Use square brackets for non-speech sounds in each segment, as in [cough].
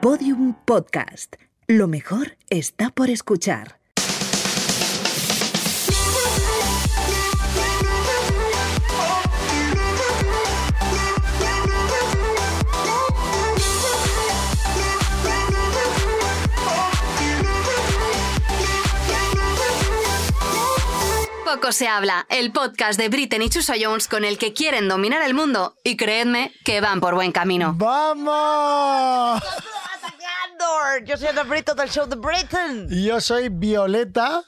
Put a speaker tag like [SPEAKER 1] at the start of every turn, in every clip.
[SPEAKER 1] Podium Podcast. Lo mejor está por escuchar.
[SPEAKER 2] Poco se habla, el podcast de Britney y Chuso Jones con el que quieren dominar el mundo y creedme que van por buen camino.
[SPEAKER 3] ¡Vamos!
[SPEAKER 4] atacando. Yo soy Ana Brito del show de Britain.
[SPEAKER 3] Y Yo soy Violeta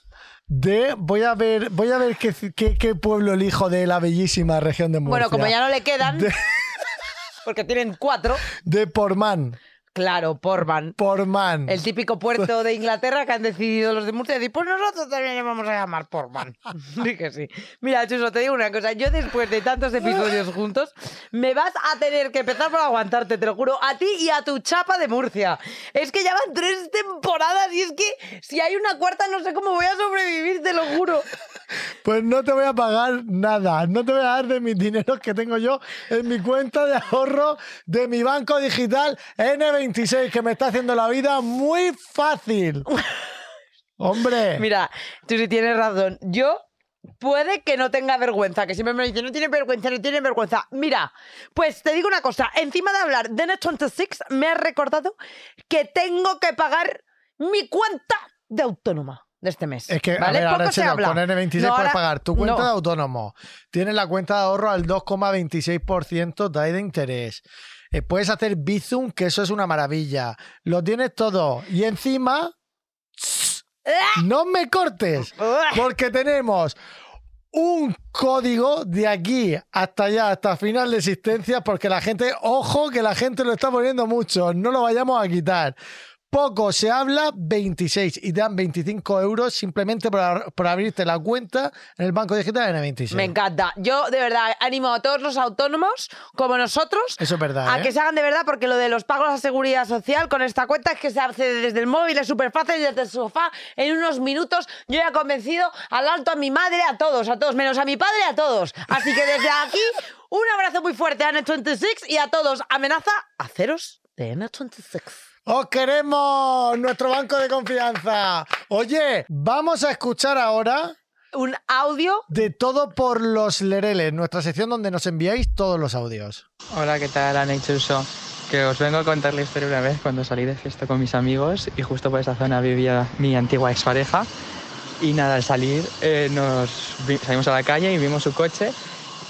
[SPEAKER 3] de. Voy a ver, voy a ver qué, qué- qué pueblo elijo de la bellísima región de Murcia.
[SPEAKER 4] Bueno, como ya no le quedan,
[SPEAKER 3] De,
[SPEAKER 4] [laughs] porque tienen cuatro,
[SPEAKER 3] de Portman.
[SPEAKER 4] claro, Portman.
[SPEAKER 3] Portman.
[SPEAKER 4] El típico puerto de Inglaterra que han decidido los de Murcia decir, pues nosotros también le vamos a llamar Portman. [laughs] Dije sí. Mira, Chuso, te digo una cosa. Yo después de tantos episodios juntos, me vas a tener que empezar por aguantarte, te lo juro, a ti y a tu chapa de Murcia. Es que ya van tres temporadas y es que si hay una cuarta no sé cómo voy a sobrevivir, te lo juro.
[SPEAKER 3] Pues no te voy a pagar nada. No te voy a dar de mis dineros que tengo yo en mi cuenta de ahorro de mi banco digital N26, que me está haciendo la vida muy
[SPEAKER 4] [laughs]
[SPEAKER 3] fácil. Hombre.
[SPEAKER 4] Mira, tú sí tienes razón. Yo puede que no tenga vergüenza, que siempre me dicen, no tienes vergüenza, no tienes vergüenza. Mira, pues te digo una cosa, encima de hablar de Next 26, me has recordado que tengo que pagar mi cuenta de autónoma de este mes.
[SPEAKER 3] Es que, a
[SPEAKER 4] ¿vale?
[SPEAKER 3] ver, ahora
[SPEAKER 4] Poco se
[SPEAKER 3] Chelo,
[SPEAKER 4] habla.
[SPEAKER 3] con N26
[SPEAKER 4] No,
[SPEAKER 3] puedes
[SPEAKER 4] ahora-
[SPEAKER 3] pagar tu cuenta
[SPEAKER 4] no.
[SPEAKER 3] de autónomo. Tienes la cuenta de ahorro al 2,26% de ahí de interés. Eh, puedes hacer Bizum, que eso es una maravilla. Lo tienes todo. Y encima,
[SPEAKER 4] ¡Ah!
[SPEAKER 3] no me cortes, porque tenemos un código de aquí hasta allá, hasta final de existencia, porque la gente, ojo, que la gente lo está poniendo mucho, no lo vayamos a quitar. Poco se habla 26 y te dan 25 euros simplemente por, ar- por abrirte la cuenta en el banco digital de N26.
[SPEAKER 4] Me encanta. Yo, de verdad, animo a todos los autónomos, como nosotros,
[SPEAKER 3] Eso es verdad.
[SPEAKER 4] a
[SPEAKER 3] ¿eh?
[SPEAKER 4] que se hagan de verdad, porque lo de los pagos a seguridad social con esta cuenta es que se hace desde el móvil, es súper fácil, desde el sofá, en unos minutos. Yo ya he convencido al alto a mi madre, a todos, a todos, menos a mi padre, a todos. Así que desde aquí, un abrazo muy fuerte a N26 y a todos. Amenaza a ceros de N26.
[SPEAKER 3] ¡Os queremos! Nuestro banco de confianza. Oye, vamos a escuchar ahora
[SPEAKER 4] Un audio.
[SPEAKER 3] de todo por los lereles, nuestra sección donde nos enviáis todos los audios.
[SPEAKER 5] Hola, ¿qué tal, Ana y Chuso? Que os vengo a contar la historia una vez cuando salí de fiesta con mis amigos y justo por esa zona vivía mi antigua expareja. Y nada, al salir eh, nos vi- salimos a la calle y vimos su coche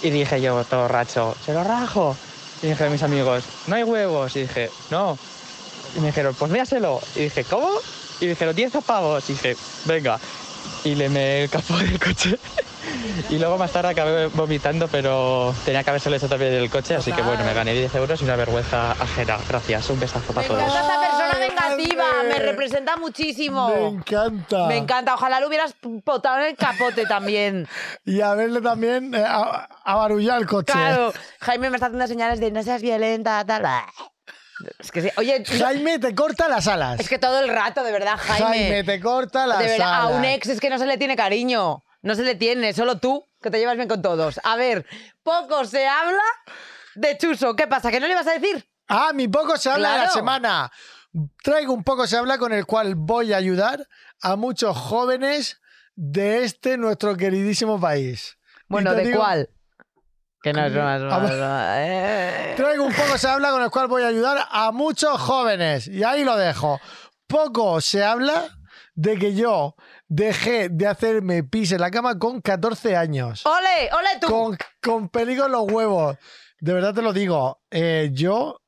[SPEAKER 5] y dije yo, todo racho, ¡se lo rajo! Y dije a mis amigos, no hay huevos. Y dije, no. Y me dijeron, pues véaselo. Y dije, ¿cómo? Y dijeron, 10 pavos. Y dije, venga. Y le me el capó [laughs] del coche. Y luego más tarde acabé vomitando, pero tenía que habérselo hecho también del coche, así que bueno, me gané 10 euros y una vergüenza ajena. Gracias, un besazo
[SPEAKER 4] Me
[SPEAKER 5] para todos.
[SPEAKER 4] encanta esta persona
[SPEAKER 3] Ay,
[SPEAKER 4] vengativa, me
[SPEAKER 3] grande.
[SPEAKER 4] representa muchísimo.
[SPEAKER 3] Me encanta.
[SPEAKER 4] Me encanta, ojalá lo hubieras botado en el capote también.
[SPEAKER 3] Y a verle también eh, a, a barullar el coche.
[SPEAKER 4] Claro, Jaime me está haciendo señales de no seas violenta, tal. Es que sí. Oye, yo-
[SPEAKER 3] Jaime te corta las alas.
[SPEAKER 4] es que todo el rato, de verdad, Jaime.
[SPEAKER 3] Jaime te corta las
[SPEAKER 4] de verdad, a
[SPEAKER 3] alas.
[SPEAKER 4] un ex es que no se le tiene cariño. No se le tiene, solo tú, que te llevas bien con todos. A ver, poco se habla de Chuso. ¿Qué pasa? ¿Que no le vas a decir?
[SPEAKER 3] Ah, mi poco se habla de la
[SPEAKER 4] Claro.
[SPEAKER 3] semana. Traigo un poco se habla con el cual voy a ayudar a muchos jóvenes de este nuestro queridísimo país. Y
[SPEAKER 4] Bueno,
[SPEAKER 3] te
[SPEAKER 4] ¿de
[SPEAKER 3] digo-
[SPEAKER 4] cuál? Que no es broma, es broma,
[SPEAKER 3] A ver.
[SPEAKER 4] es broma. Eh.
[SPEAKER 3] Traigo un poco se habla con el cual voy a ayudar a muchos jóvenes. Y ahí lo dejo. Poco se habla de que yo dejé de hacerme pis en la cama con 14 años.
[SPEAKER 4] ¡Ole, ole tú!
[SPEAKER 3] con, con peligro en los huevos. De verdad te lo digo. eh, yo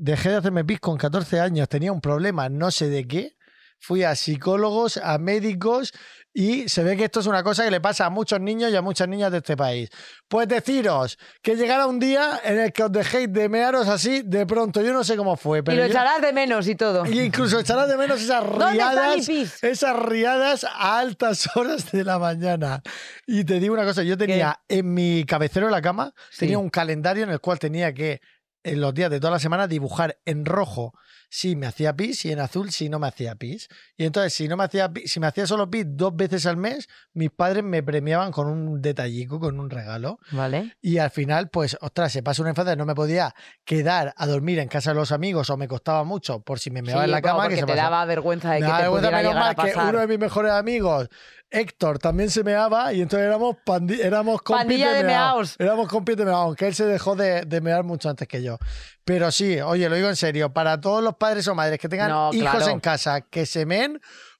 [SPEAKER 3] dejé de hacerme pis con 14 años. Tenía un problema, no sé de qué. Fui a psicólogos, a médicos y se ve que esto es una cosa que le pasa a muchos niños y a muchas niñas de este país. Pues deciros que llegará un día en el que os dejéis de mearos así de pronto. Yo no sé cómo fue,
[SPEAKER 4] Y lo
[SPEAKER 3] pero yo-
[SPEAKER 4] echarás de menos y todo.
[SPEAKER 3] y incluso echarás de menos esas
[SPEAKER 4] ¿Dónde está mi
[SPEAKER 3] riadas,
[SPEAKER 4] pis?
[SPEAKER 3] esas riadas a altas [laughs] horas de la mañana. Y te digo una cosa, yo tenía en mi cabecero de la cama,
[SPEAKER 4] Sí.
[SPEAKER 3] tenía un calendario en el cual tenía que en los días de toda la semana dibujar en rojo si me hacía pis y en azul si no me hacía pis. Y entonces, si no me hacía pis- si me hacía solo pis dos veces al mes, mis padres me premiaban con un detallico, con un regalo.
[SPEAKER 4] ¿Vale?
[SPEAKER 3] Y al final, pues, ostras, se pasa una infancia, no me podía quedar a dormir en casa de los amigos o me costaba mucho por si me meaba en la cama.
[SPEAKER 4] porque
[SPEAKER 3] Que se
[SPEAKER 4] te
[SPEAKER 3] pasaba.
[SPEAKER 4] daba vergüenza de que
[SPEAKER 3] Me da
[SPEAKER 4] te
[SPEAKER 3] vergüenza,
[SPEAKER 4] pudiera
[SPEAKER 3] menos
[SPEAKER 4] llegar a
[SPEAKER 3] mal que
[SPEAKER 4] pasar.
[SPEAKER 3] uno de mis mejores amigos, Héctor, también se meaba y entonces éramos, pandi- éramos compis
[SPEAKER 4] Pandilla de
[SPEAKER 3] meao.
[SPEAKER 4] meaos.
[SPEAKER 3] Éramos compis de meao, aunque él se dejó de, de mear mucho antes que yo. Pero sí, oye, lo digo en serio, para todos los padres o madres que tengan
[SPEAKER 4] No,
[SPEAKER 3] hijos
[SPEAKER 4] claro.
[SPEAKER 3] en casa que se meen,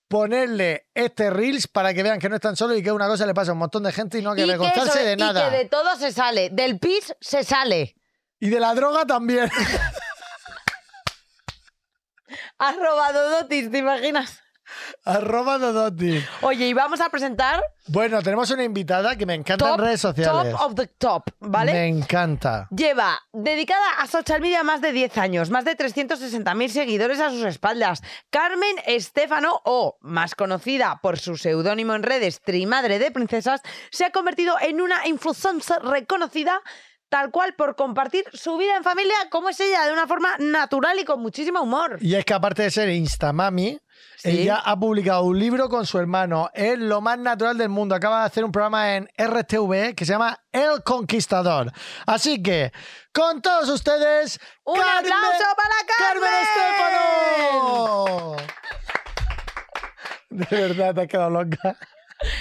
[SPEAKER 3] ponerle este Reels para que vean que no están solos y que una cosa le pasa a un montón de gente y no hay que
[SPEAKER 4] Y que,
[SPEAKER 3] avergonzarse
[SPEAKER 4] sobre-
[SPEAKER 3] de nada.
[SPEAKER 4] y que de todo se sale. Del pis se sale.
[SPEAKER 3] y de la droga también. [laughs]
[SPEAKER 4] Has robado dotis, ¿te imaginas?
[SPEAKER 3] Arroba Dodoti.
[SPEAKER 4] Oye, y vamos a presentar
[SPEAKER 3] Bueno, tenemos una invitada que me encanta
[SPEAKER 4] top,
[SPEAKER 3] en redes sociales.
[SPEAKER 4] top of the top, ¿vale?
[SPEAKER 3] Me encanta.
[SPEAKER 4] Lleva dedicada a social media más de 10 años, más de 360.000 seguidores a sus espaldas. Carmen Estefano, o más conocida por su seudónimo en redes, Trimadre de Princesas, se ha convertido en una influencer reconocida tal cual por compartir su vida en familia como es ella, de una forma natural y con muchísimo humor.
[SPEAKER 3] Y es que aparte de ser Instamami,
[SPEAKER 4] Sí.
[SPEAKER 3] ella ha publicado un libro con su hermano. Es lo más natural del mundo. Acaba de hacer un programa en RTV que se llama El Conquistador. Así que, con todos ustedes,
[SPEAKER 4] ¡Un
[SPEAKER 3] Carmen-
[SPEAKER 4] aplauso para Carmen!
[SPEAKER 3] Carmen Estefano. [laughs] De verdad, te has quedado loca.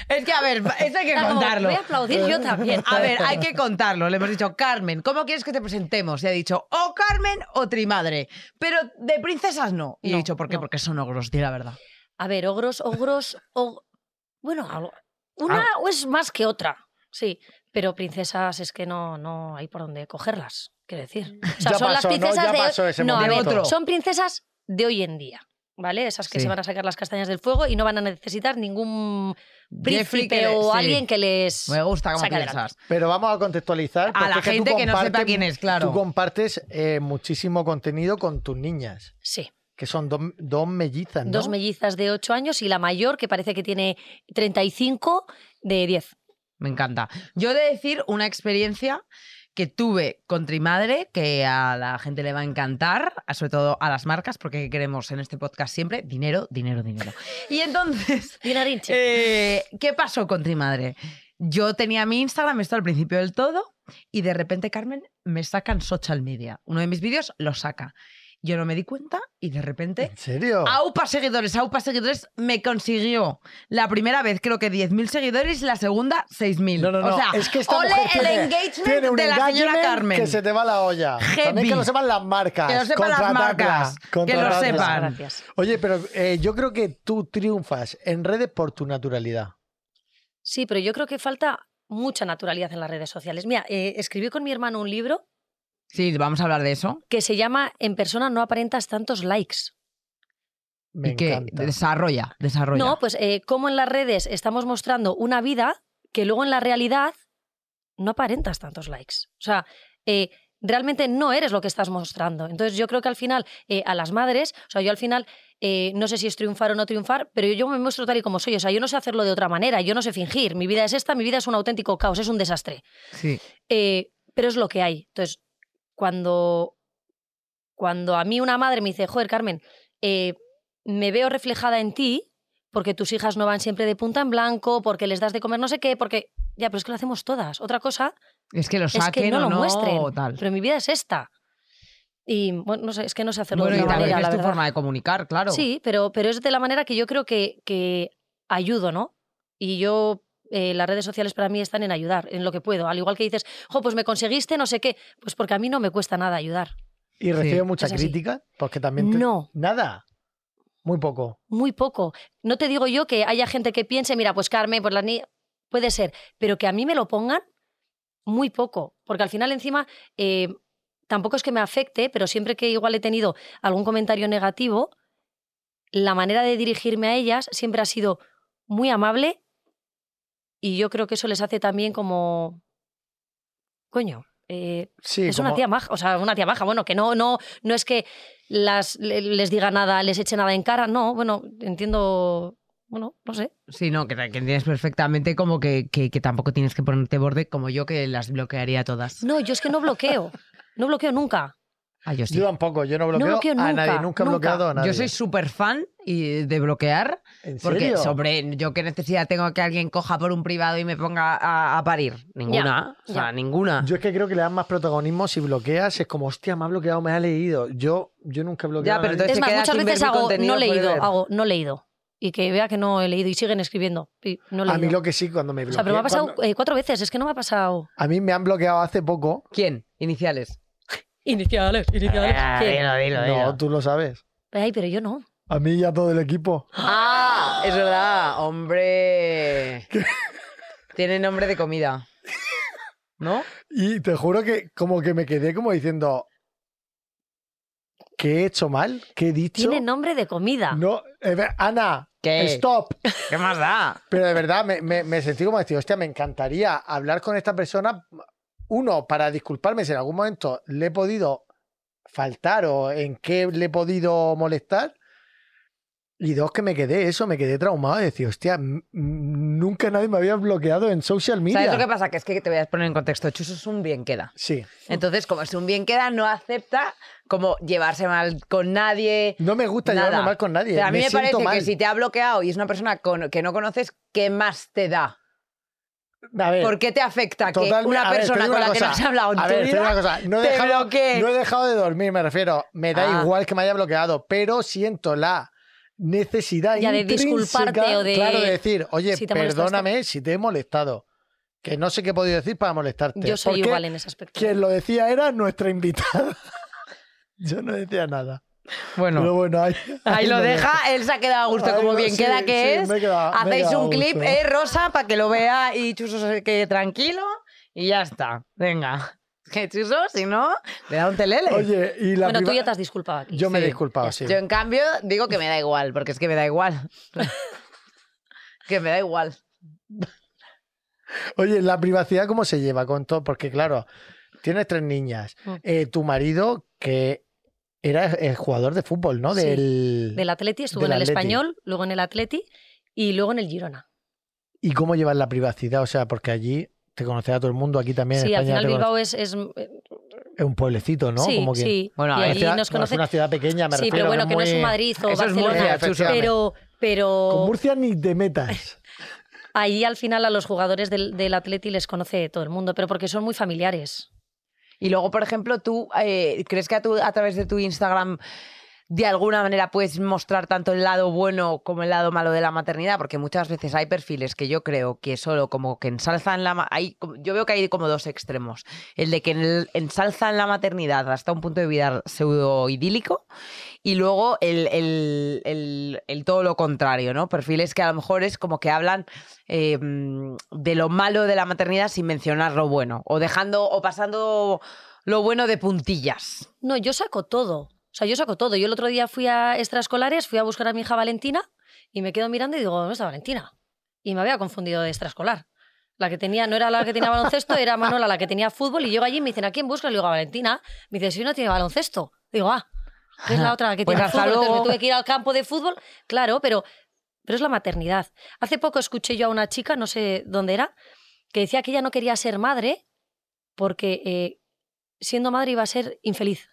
[SPEAKER 4] Es que, a ver, eso hay
[SPEAKER 6] [laughs]
[SPEAKER 4] que
[SPEAKER 6] Claro,
[SPEAKER 4] contarlo.
[SPEAKER 6] voy a aplaudir yo también.
[SPEAKER 4] A ver, hay que contarlo. Le hemos dicho, Carmen, ¿cómo quieres que te presentemos? Y ha dicho, o Carmen o Trimadre. Pero de princesas no. Y he
[SPEAKER 6] No,
[SPEAKER 4] dicho, ¿por qué?
[SPEAKER 6] no.
[SPEAKER 4] Porque son ogros, di la verdad.
[SPEAKER 6] A ver, ogros, ogros, og- bueno, algo- una es más que otra, sí, pero princesas es que no, no hay por dónde cogerlas, quiero decir. O sea,
[SPEAKER 3] Ya pasó,
[SPEAKER 6] son
[SPEAKER 3] ¿no?
[SPEAKER 6] las princesas
[SPEAKER 3] Ya
[SPEAKER 6] de
[SPEAKER 3] pasó ese
[SPEAKER 6] no, a
[SPEAKER 4] momento.
[SPEAKER 6] ver,
[SPEAKER 4] Otro.
[SPEAKER 6] son princesas de hoy en día, ¿vale? Esas que
[SPEAKER 4] Sí.
[SPEAKER 6] se van a sacar las cañas del fuego y no van a necesitar ningún
[SPEAKER 4] Jeffrey
[SPEAKER 6] príncipe
[SPEAKER 4] que le- sí.
[SPEAKER 6] o alguien que les
[SPEAKER 4] Me gusta cómo
[SPEAKER 6] Saca
[SPEAKER 4] piensas.
[SPEAKER 3] Pero vamos a contextualizar.
[SPEAKER 4] A
[SPEAKER 3] porque
[SPEAKER 4] la
[SPEAKER 3] es tú
[SPEAKER 4] gente que no sepa
[SPEAKER 3] compartes-
[SPEAKER 4] quién es, claro.
[SPEAKER 3] Tú compartes eh, muchísimo contenido con tus niñas,
[SPEAKER 6] Sí,
[SPEAKER 3] que son dos, dos mellizas, ¿no?
[SPEAKER 6] dos mellizas de 8 años y la mayor que parece que tiene 35 de 10.
[SPEAKER 4] Me encanta. Yo he de decir una experiencia que tuve con Trimadre, que a la gente le va a encantar, a- sobre todo a las marcas, porque queremos en este podcast siempre dinero, dinero, dinero. Y entonces,
[SPEAKER 6] Dinarinche.
[SPEAKER 4] Eh, ¿Qué pasó con Trimadre? Yo tenía mi Instagram, esto al principio del todo, y de repente Carmen me saca en social media. Uno de mis vídeos lo saca. Yo no me di cuenta y de repente...
[SPEAKER 3] ¿En serio?
[SPEAKER 4] Aupa seguidores, Aupa seguidores me consiguió la primera vez creo que 10.000 seguidores y la segunda 6.000.
[SPEAKER 3] No, no, no.
[SPEAKER 4] O sea,
[SPEAKER 3] es que esta
[SPEAKER 4] ole
[SPEAKER 3] mujer
[SPEAKER 4] el
[SPEAKER 3] tiene,
[SPEAKER 4] engagement
[SPEAKER 3] tiene un
[SPEAKER 4] de la señora
[SPEAKER 3] engagement
[SPEAKER 4] Carmen.
[SPEAKER 3] Que se te va la olla. También
[SPEAKER 4] Heavy.
[SPEAKER 3] que lo sepan las marcas.
[SPEAKER 4] Que lo sepan las
[SPEAKER 3] Contraatacla,
[SPEAKER 4] marcas, que lo
[SPEAKER 3] contraatacla.
[SPEAKER 4] sepan.
[SPEAKER 6] Gracias.
[SPEAKER 3] Oye, pero eh, yo creo que tú triunfas en redes por tu naturalidad.
[SPEAKER 6] Sí, pero yo creo que falta mucha naturalidad en las redes sociales. Mira, eh, escribí con mi hermano un libro
[SPEAKER 4] Sí, vamos a hablar de eso.
[SPEAKER 6] que se llama En persona no aparentas tantos likes.
[SPEAKER 3] Me
[SPEAKER 4] y que
[SPEAKER 3] encanta.
[SPEAKER 4] desarrolla, desarrolla.
[SPEAKER 6] No, pues eh, cómo en las redes estamos mostrando una vida que luego en la realidad no aparentas tantos likes. O sea, eh, realmente no eres lo que estás mostrando. Entonces yo creo que al final eh, a las madres, o sea, yo al final eh, no sé si es triunfar o no triunfar, pero yo me muestro tal y como soy. O sea, yo no sé hacerlo de otra manera, yo no sé fingir. Mi vida es esta, mi vida es un auténtico caos, es un desastre.
[SPEAKER 4] sí.
[SPEAKER 6] Eh, pero es lo que hay. Entonces, cuando, cuando a mí una madre me dice, joder, Carmen, eh, me veo reflejada en ti porque tus hijas no van siempre de punta en blanco, porque les das de comer no sé qué, porque... Ya, pero es que lo hacemos todas. Otra cosa
[SPEAKER 4] Es que lo
[SPEAKER 6] es
[SPEAKER 4] saquen
[SPEAKER 6] que no
[SPEAKER 4] o
[SPEAKER 6] lo
[SPEAKER 4] no,
[SPEAKER 6] muestren.
[SPEAKER 4] o tal.
[SPEAKER 6] Pero mi vida es esta. Y bueno, no sé, es que no sé hacerlo
[SPEAKER 4] Bueno,
[SPEAKER 6] de
[SPEAKER 4] y
[SPEAKER 6] otra
[SPEAKER 4] también
[SPEAKER 6] manera, la
[SPEAKER 4] es tu
[SPEAKER 6] verdad.
[SPEAKER 4] forma de comunicar, claro.
[SPEAKER 6] Sí, pero, pero es de la manera que yo creo que, que ayudo, ¿no? Y yo, eh, las redes sociales para mí están en ayudar, en lo que puedo. Al igual que dices, jo, pues me conseguiste no sé qué, pues porque a mí no me cuesta nada ayudar.
[SPEAKER 3] Y recibe
[SPEAKER 4] Sí.
[SPEAKER 3] mucha
[SPEAKER 6] Es así.
[SPEAKER 3] crítica, porque también... te-
[SPEAKER 6] No,
[SPEAKER 3] Nada. Muy poco.
[SPEAKER 6] muy poco. No te digo yo que haya gente que piense, mira, pues Carmen, pues la ni... Puede ser, pero que a mí me lo pongan, muy poco. Porque al final encima, eh, tampoco es que me afecte, pero siempre que igual he tenido algún comentario negativo, la manera de dirigirme a ellas siempre ha sido muy amable y yo creo que eso les hace también como... Coño, eh,
[SPEAKER 3] Sí,
[SPEAKER 6] es
[SPEAKER 3] como-
[SPEAKER 6] una tía maja, o sea, una tía maja, bueno, que no, no, no es que las, le- les diga nada, les eche nada en cara, no, bueno, entiendo, bueno, no sé.
[SPEAKER 4] Sí, no, que, que entiendes perfectamente como que, que- que tampoco tienes que ponerte borde como yo que las bloquearía todas.
[SPEAKER 6] No, yo es que no bloqueo, no bloqueo nunca.
[SPEAKER 4] Ah, yo sí.
[SPEAKER 3] Yo tampoco, yo no bloqueo,
[SPEAKER 6] bloqueo
[SPEAKER 3] a
[SPEAKER 6] nunca,
[SPEAKER 3] nadie, nunca he
[SPEAKER 6] nunca.
[SPEAKER 3] bloqueado a nadie.
[SPEAKER 4] Yo soy súper fan y de bloquear.
[SPEAKER 3] ¿En
[SPEAKER 4] Porque,
[SPEAKER 3] serio?
[SPEAKER 4] sobre, yo qué necesidad tengo que alguien coja por un privado y me ponga a, a parir. Ninguna. o sea,
[SPEAKER 6] ya.
[SPEAKER 4] ninguna.
[SPEAKER 3] Yo es que creo que le dan más protagonismo si bloqueas. Es como, hostia, me ha bloqueado, me ha leído. Yo, yo nunca he bloqueado.
[SPEAKER 4] Ya, pero
[SPEAKER 3] a nadie.
[SPEAKER 4] entonces-
[SPEAKER 6] Es
[SPEAKER 4] se
[SPEAKER 6] más,
[SPEAKER 4] queda
[SPEAKER 6] muchas
[SPEAKER 4] sin ver
[SPEAKER 6] veces
[SPEAKER 4] mi
[SPEAKER 6] hago
[SPEAKER 4] contenido,
[SPEAKER 6] no
[SPEAKER 4] puede
[SPEAKER 6] leído,
[SPEAKER 4] ver.
[SPEAKER 6] hago no leído. Y que vea que no he leído y siguen escribiendo. Y no he leído.
[SPEAKER 3] A mí lo que sí, cuando me
[SPEAKER 6] o
[SPEAKER 3] bloquean.
[SPEAKER 6] sea, pero me ha pasado
[SPEAKER 3] cuando-
[SPEAKER 6] eh, cuatro veces, es que no me ha pasado.
[SPEAKER 3] A mí me han bloqueado hace poco.
[SPEAKER 4] ¿Quién? Iniciales.
[SPEAKER 6] Iniciales, iniciales. ¿Quién?
[SPEAKER 4] dilo,
[SPEAKER 3] No, tú lo sabes.
[SPEAKER 6] Ay, pero yo no.
[SPEAKER 3] A mí ya todo el equipo.
[SPEAKER 4] Ah, es
[SPEAKER 3] [laughs]
[SPEAKER 4] verdad, hombre. Tiene nombre de comida. ¿No?
[SPEAKER 3] Y te juro que como que me quedé como diciendo, ¿qué he hecho mal? ¿Qué he dicho?
[SPEAKER 6] Tiene nombre de comida.
[SPEAKER 3] No, eh, ve- Ana,
[SPEAKER 4] ¿Qué?
[SPEAKER 3] stop.
[SPEAKER 4] ¿Qué más da?
[SPEAKER 3] Pero de verdad, me, me- me sentí como decir, hostia, me encantaría hablar con esta persona. Uno, para disculparme si en algún momento le he podido faltar o en qué le he podido molestar. Y dos, que me quedé eso, me quedé traumado y decir, hostia, m- m- nunca nadie me había bloqueado en social media.
[SPEAKER 4] ¿Sabes lo que pasa? Que es que te voy a poner en contexto. Chuso es un bien queda.
[SPEAKER 3] Sí.
[SPEAKER 4] Entonces, como es un bien queda, no acepta como llevarse mal con nadie.
[SPEAKER 3] No me gusta
[SPEAKER 4] nada.
[SPEAKER 3] llevarme mal con nadie.
[SPEAKER 4] O sea, a mí me,
[SPEAKER 3] siento
[SPEAKER 4] parece
[SPEAKER 3] mal.
[SPEAKER 4] que si te ha bloqueado y es una persona con- que no conoces, ¿qué más te da?
[SPEAKER 3] A ver,
[SPEAKER 4] ¿Por qué te afecta que
[SPEAKER 3] totalmente- Eh, a
[SPEAKER 4] una
[SPEAKER 3] ver, te
[SPEAKER 4] persona
[SPEAKER 3] digo
[SPEAKER 4] con
[SPEAKER 3] una
[SPEAKER 4] la que no
[SPEAKER 3] cosa.
[SPEAKER 4] has hablado en
[SPEAKER 3] A
[SPEAKER 4] tu
[SPEAKER 3] ver, te digo
[SPEAKER 4] vida?
[SPEAKER 3] una cosa. No he,
[SPEAKER 4] te
[SPEAKER 3] dejado,
[SPEAKER 4] bloquee.
[SPEAKER 3] no he dejado de dormir, me refiero. Me da
[SPEAKER 4] Ah.
[SPEAKER 3] igual que me haya bloqueado, pero siento la necesidad
[SPEAKER 6] Ya de
[SPEAKER 3] intrínseca,
[SPEAKER 6] disculparte o de-
[SPEAKER 3] Claro, de decir, oye,
[SPEAKER 6] Si te molestaste.
[SPEAKER 3] perdóname si te he molestado. Que no sé qué he podido decir para molestarte.
[SPEAKER 6] Yo soy
[SPEAKER 3] Porque
[SPEAKER 6] igual
[SPEAKER 4] ¿eh?
[SPEAKER 6] en ese aspecto.
[SPEAKER 3] Quien lo decía era nuestra invitada. [laughs] Yo no decía nada. Pero bueno, ahí,
[SPEAKER 4] Ahí lo
[SPEAKER 3] dejo.
[SPEAKER 4] deja, él se ha quedado a gusto,
[SPEAKER 3] Ahí
[SPEAKER 4] como
[SPEAKER 3] lo-
[SPEAKER 4] bien
[SPEAKER 3] sí,
[SPEAKER 4] queda que
[SPEAKER 3] sí,
[SPEAKER 4] es.
[SPEAKER 3] me he quedado- me he
[SPEAKER 4] Hacéis
[SPEAKER 3] quedado
[SPEAKER 4] un
[SPEAKER 3] a gusto.
[SPEAKER 4] clip, eh, Rosa, para que lo vea y Chuso se quede tranquilo y ya está. Venga. [laughs] Que Chuso, si no, le da un telele.
[SPEAKER 3] Oye, y la
[SPEAKER 6] bueno, tú
[SPEAKER 3] prima-
[SPEAKER 6] ya te has disculpado aquí.
[SPEAKER 3] Yo me he
[SPEAKER 4] Sí.
[SPEAKER 3] disculpado, sí.
[SPEAKER 4] Yo, en cambio, digo que me da igual, porque es que me da igual. [laughs] que me da igual.
[SPEAKER 3] Oye, ¿la privacidad cómo se lleva con todo? Porque claro, tienes tres niñas.
[SPEAKER 6] Mm.
[SPEAKER 3] Eh, tu marido, que era eh, jugador de fútbol, ¿no?
[SPEAKER 6] Sí,
[SPEAKER 3] Del...
[SPEAKER 6] Del Atleti, estuve
[SPEAKER 3] Del
[SPEAKER 6] en el
[SPEAKER 3] Atleti.
[SPEAKER 6] Español, luego en el Atleti y luego en el Girona.
[SPEAKER 3] ¿Y cómo llevas la privacidad? O sea, porque allí te conocerá todo el mundo, aquí también en
[SPEAKER 6] sí, al
[SPEAKER 3] España
[SPEAKER 6] final
[SPEAKER 3] te conoce-
[SPEAKER 6] Bilbao es... es-
[SPEAKER 3] es un pueblecito, ¿no?
[SPEAKER 6] Sí,
[SPEAKER 3] Como que-
[SPEAKER 6] sí.
[SPEAKER 4] Bueno,
[SPEAKER 6] y
[SPEAKER 4] a
[SPEAKER 6] allí
[SPEAKER 3] Ciudad-
[SPEAKER 6] nos
[SPEAKER 3] no, es
[SPEAKER 6] conocen...
[SPEAKER 3] una ciudad pequeña, me
[SPEAKER 6] sí,
[SPEAKER 3] refiero.
[SPEAKER 6] pero bueno, que, no es
[SPEAKER 3] muy-
[SPEAKER 6] un Madrid o
[SPEAKER 4] Eso es
[SPEAKER 6] Barcelona.
[SPEAKER 4] Murcia, Chuso.
[SPEAKER 6] pero... Pero...
[SPEAKER 3] Con Murcia ni te metas.
[SPEAKER 6] Ahí al final a los jugadores del, del Atleti les conoce todo el mundo, pero porque son muy familiares.
[SPEAKER 4] Y luego, por ejemplo, tú eh, crees que a, tu- a través de tu Instagram de alguna manera puedes mostrar tanto el lado bueno como el lado malo de la maternidad, porque muchas veces hay perfiles que yo creo que solo como que ensalzan la ma- hay, como- yo veo que hay como dos extremos, el de que en- ensalzan la maternidad hasta un punto de vida pseudo idílico y luego el, el- el- el todo lo contrario, ¿no? Perfiles que a lo mejor es como que hablan eh, mm, de lo malo de la maternidad sin mencionar lo bueno, o dejando o pasando lo bueno de puntillas.
[SPEAKER 6] No, yo saco todo. O sea, yo saco todo. Yo el otro día fui a extraescolares, fui a buscar a mi hija Valentina y me quedo mirando y digo, ¿dónde está Valentina? Y me había confundido de extraescolar. La que tenía, no era la que tenía baloncesto, era Manuela la que tenía fútbol y llego allí y me dicen, ¿a quién buscas? Le digo, a Valentina. Me dicen, si no tiene baloncesto. Digo, ah, que es la otra la que
[SPEAKER 4] Pues
[SPEAKER 6] tiene
[SPEAKER 4] hasta
[SPEAKER 6] fútbol. Entonces
[SPEAKER 4] luego.
[SPEAKER 6] me tuve que ir al campo de fútbol. Claro, pero, pero es la maternidad. Hace poco escuché yo a una chica, no sé dónde era, que decía que ella no quería ser madre porque eh, siendo madre iba a ser infeliz.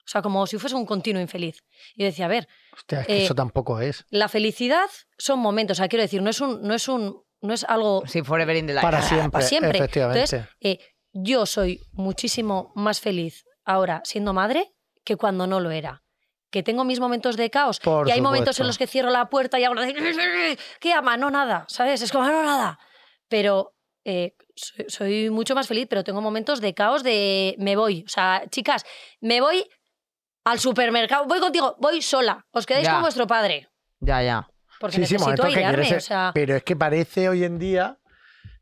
[SPEAKER 6] O sea, como si fuese un continuo infeliz. Y yo decía, a ver,
[SPEAKER 3] Hostia, es que
[SPEAKER 6] Eh,
[SPEAKER 3] eso tampoco es.
[SPEAKER 6] la felicidad son momentos. O sea, quiero decir, no es un, no es un, no es algo
[SPEAKER 4] Sí, forever in the light.
[SPEAKER 3] Para siempre,
[SPEAKER 6] para siempre.
[SPEAKER 3] efectivamente.
[SPEAKER 6] Entonces, eh, yo soy muchísimo más feliz ahora siendo madre que cuando no lo era. Que tengo mis momentos de caos.
[SPEAKER 3] Por
[SPEAKER 6] que hay momentos
[SPEAKER 3] supuesto.
[SPEAKER 6] en los que cierro la puerta y hago la de, ¿Qué ama? No nada, ¿sabes? Es como no nada. Pero eh, soy, soy mucho más feliz, pero tengo momentos de caos de me voy. O sea, chicas, me voy al supermercado. Voy contigo, voy sola. Os quedáis
[SPEAKER 4] Ya.
[SPEAKER 6] con vuestro padre.
[SPEAKER 4] [laughs] Ya, ya.
[SPEAKER 6] Porque
[SPEAKER 3] Sí, sí,
[SPEAKER 6] necesito
[SPEAKER 3] momentos que quieres
[SPEAKER 6] airearme.
[SPEAKER 3] ser-
[SPEAKER 6] o sea,
[SPEAKER 3] Pero es que parece hoy en día,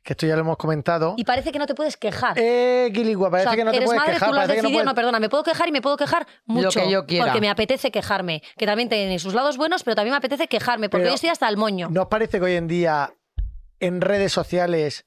[SPEAKER 3] que esto ya lo hemos comentado.
[SPEAKER 6] y parece que no te puedes quejar.
[SPEAKER 3] Eh, Quiligua, parece
[SPEAKER 6] O sea,
[SPEAKER 3] que no te
[SPEAKER 6] eres
[SPEAKER 3] puedes
[SPEAKER 6] madre,
[SPEAKER 3] quejar.
[SPEAKER 6] tú lo has
[SPEAKER 3] parece que no
[SPEAKER 6] decidido, no,
[SPEAKER 3] puedes-
[SPEAKER 6] perdona, me puedo quejar y me puedo quejar mucho.
[SPEAKER 4] que yo quiera.
[SPEAKER 6] Porque me apetece quejarme, que también tiene sus lados buenos, pero también me apetece quejarme, porque
[SPEAKER 3] Pero-
[SPEAKER 6] yo estoy hasta el moño.
[SPEAKER 3] ¿No os parece que hoy en día en redes sociales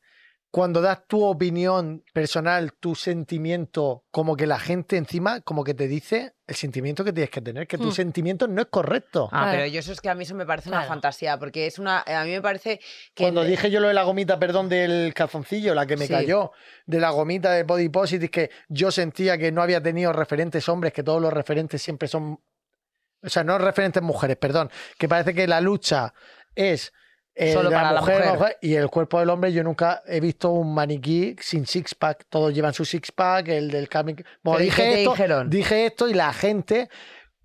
[SPEAKER 3] cuando das tu opinión personal, tu sentimiento, como que la gente encima, como que te dice el sentimiento que tienes que tener, que tu
[SPEAKER 6] Mm.
[SPEAKER 3] sentimiento no es correcto.
[SPEAKER 4] Ah,
[SPEAKER 6] Claro.
[SPEAKER 4] pero yo eso es que a mí eso me parece una
[SPEAKER 6] Claro.
[SPEAKER 4] fantasía, porque es una. A mí me parece que.
[SPEAKER 3] Cuando dije yo lo de la gomita, perdón, del calzoncillo, la que me
[SPEAKER 4] Sí.
[SPEAKER 3] cayó, de la gomita de Body Positive, que yo sentía que no había tenido referentes hombres, que todos los referentes siempre son. O sea, no referentes mujeres, perdón. Que parece que la lucha es. eh,
[SPEAKER 4] Solo
[SPEAKER 3] de
[SPEAKER 4] para la mujer.
[SPEAKER 3] y el cuerpo del hombre, yo nunca he visto un maniquí sin six-pack. Todos llevan su six-pack, el del cami. Bueno, Pues
[SPEAKER 4] ¿y qué
[SPEAKER 3] dije,
[SPEAKER 4] te
[SPEAKER 3] esto,
[SPEAKER 4] dijeron?
[SPEAKER 3] dije esto y la gente,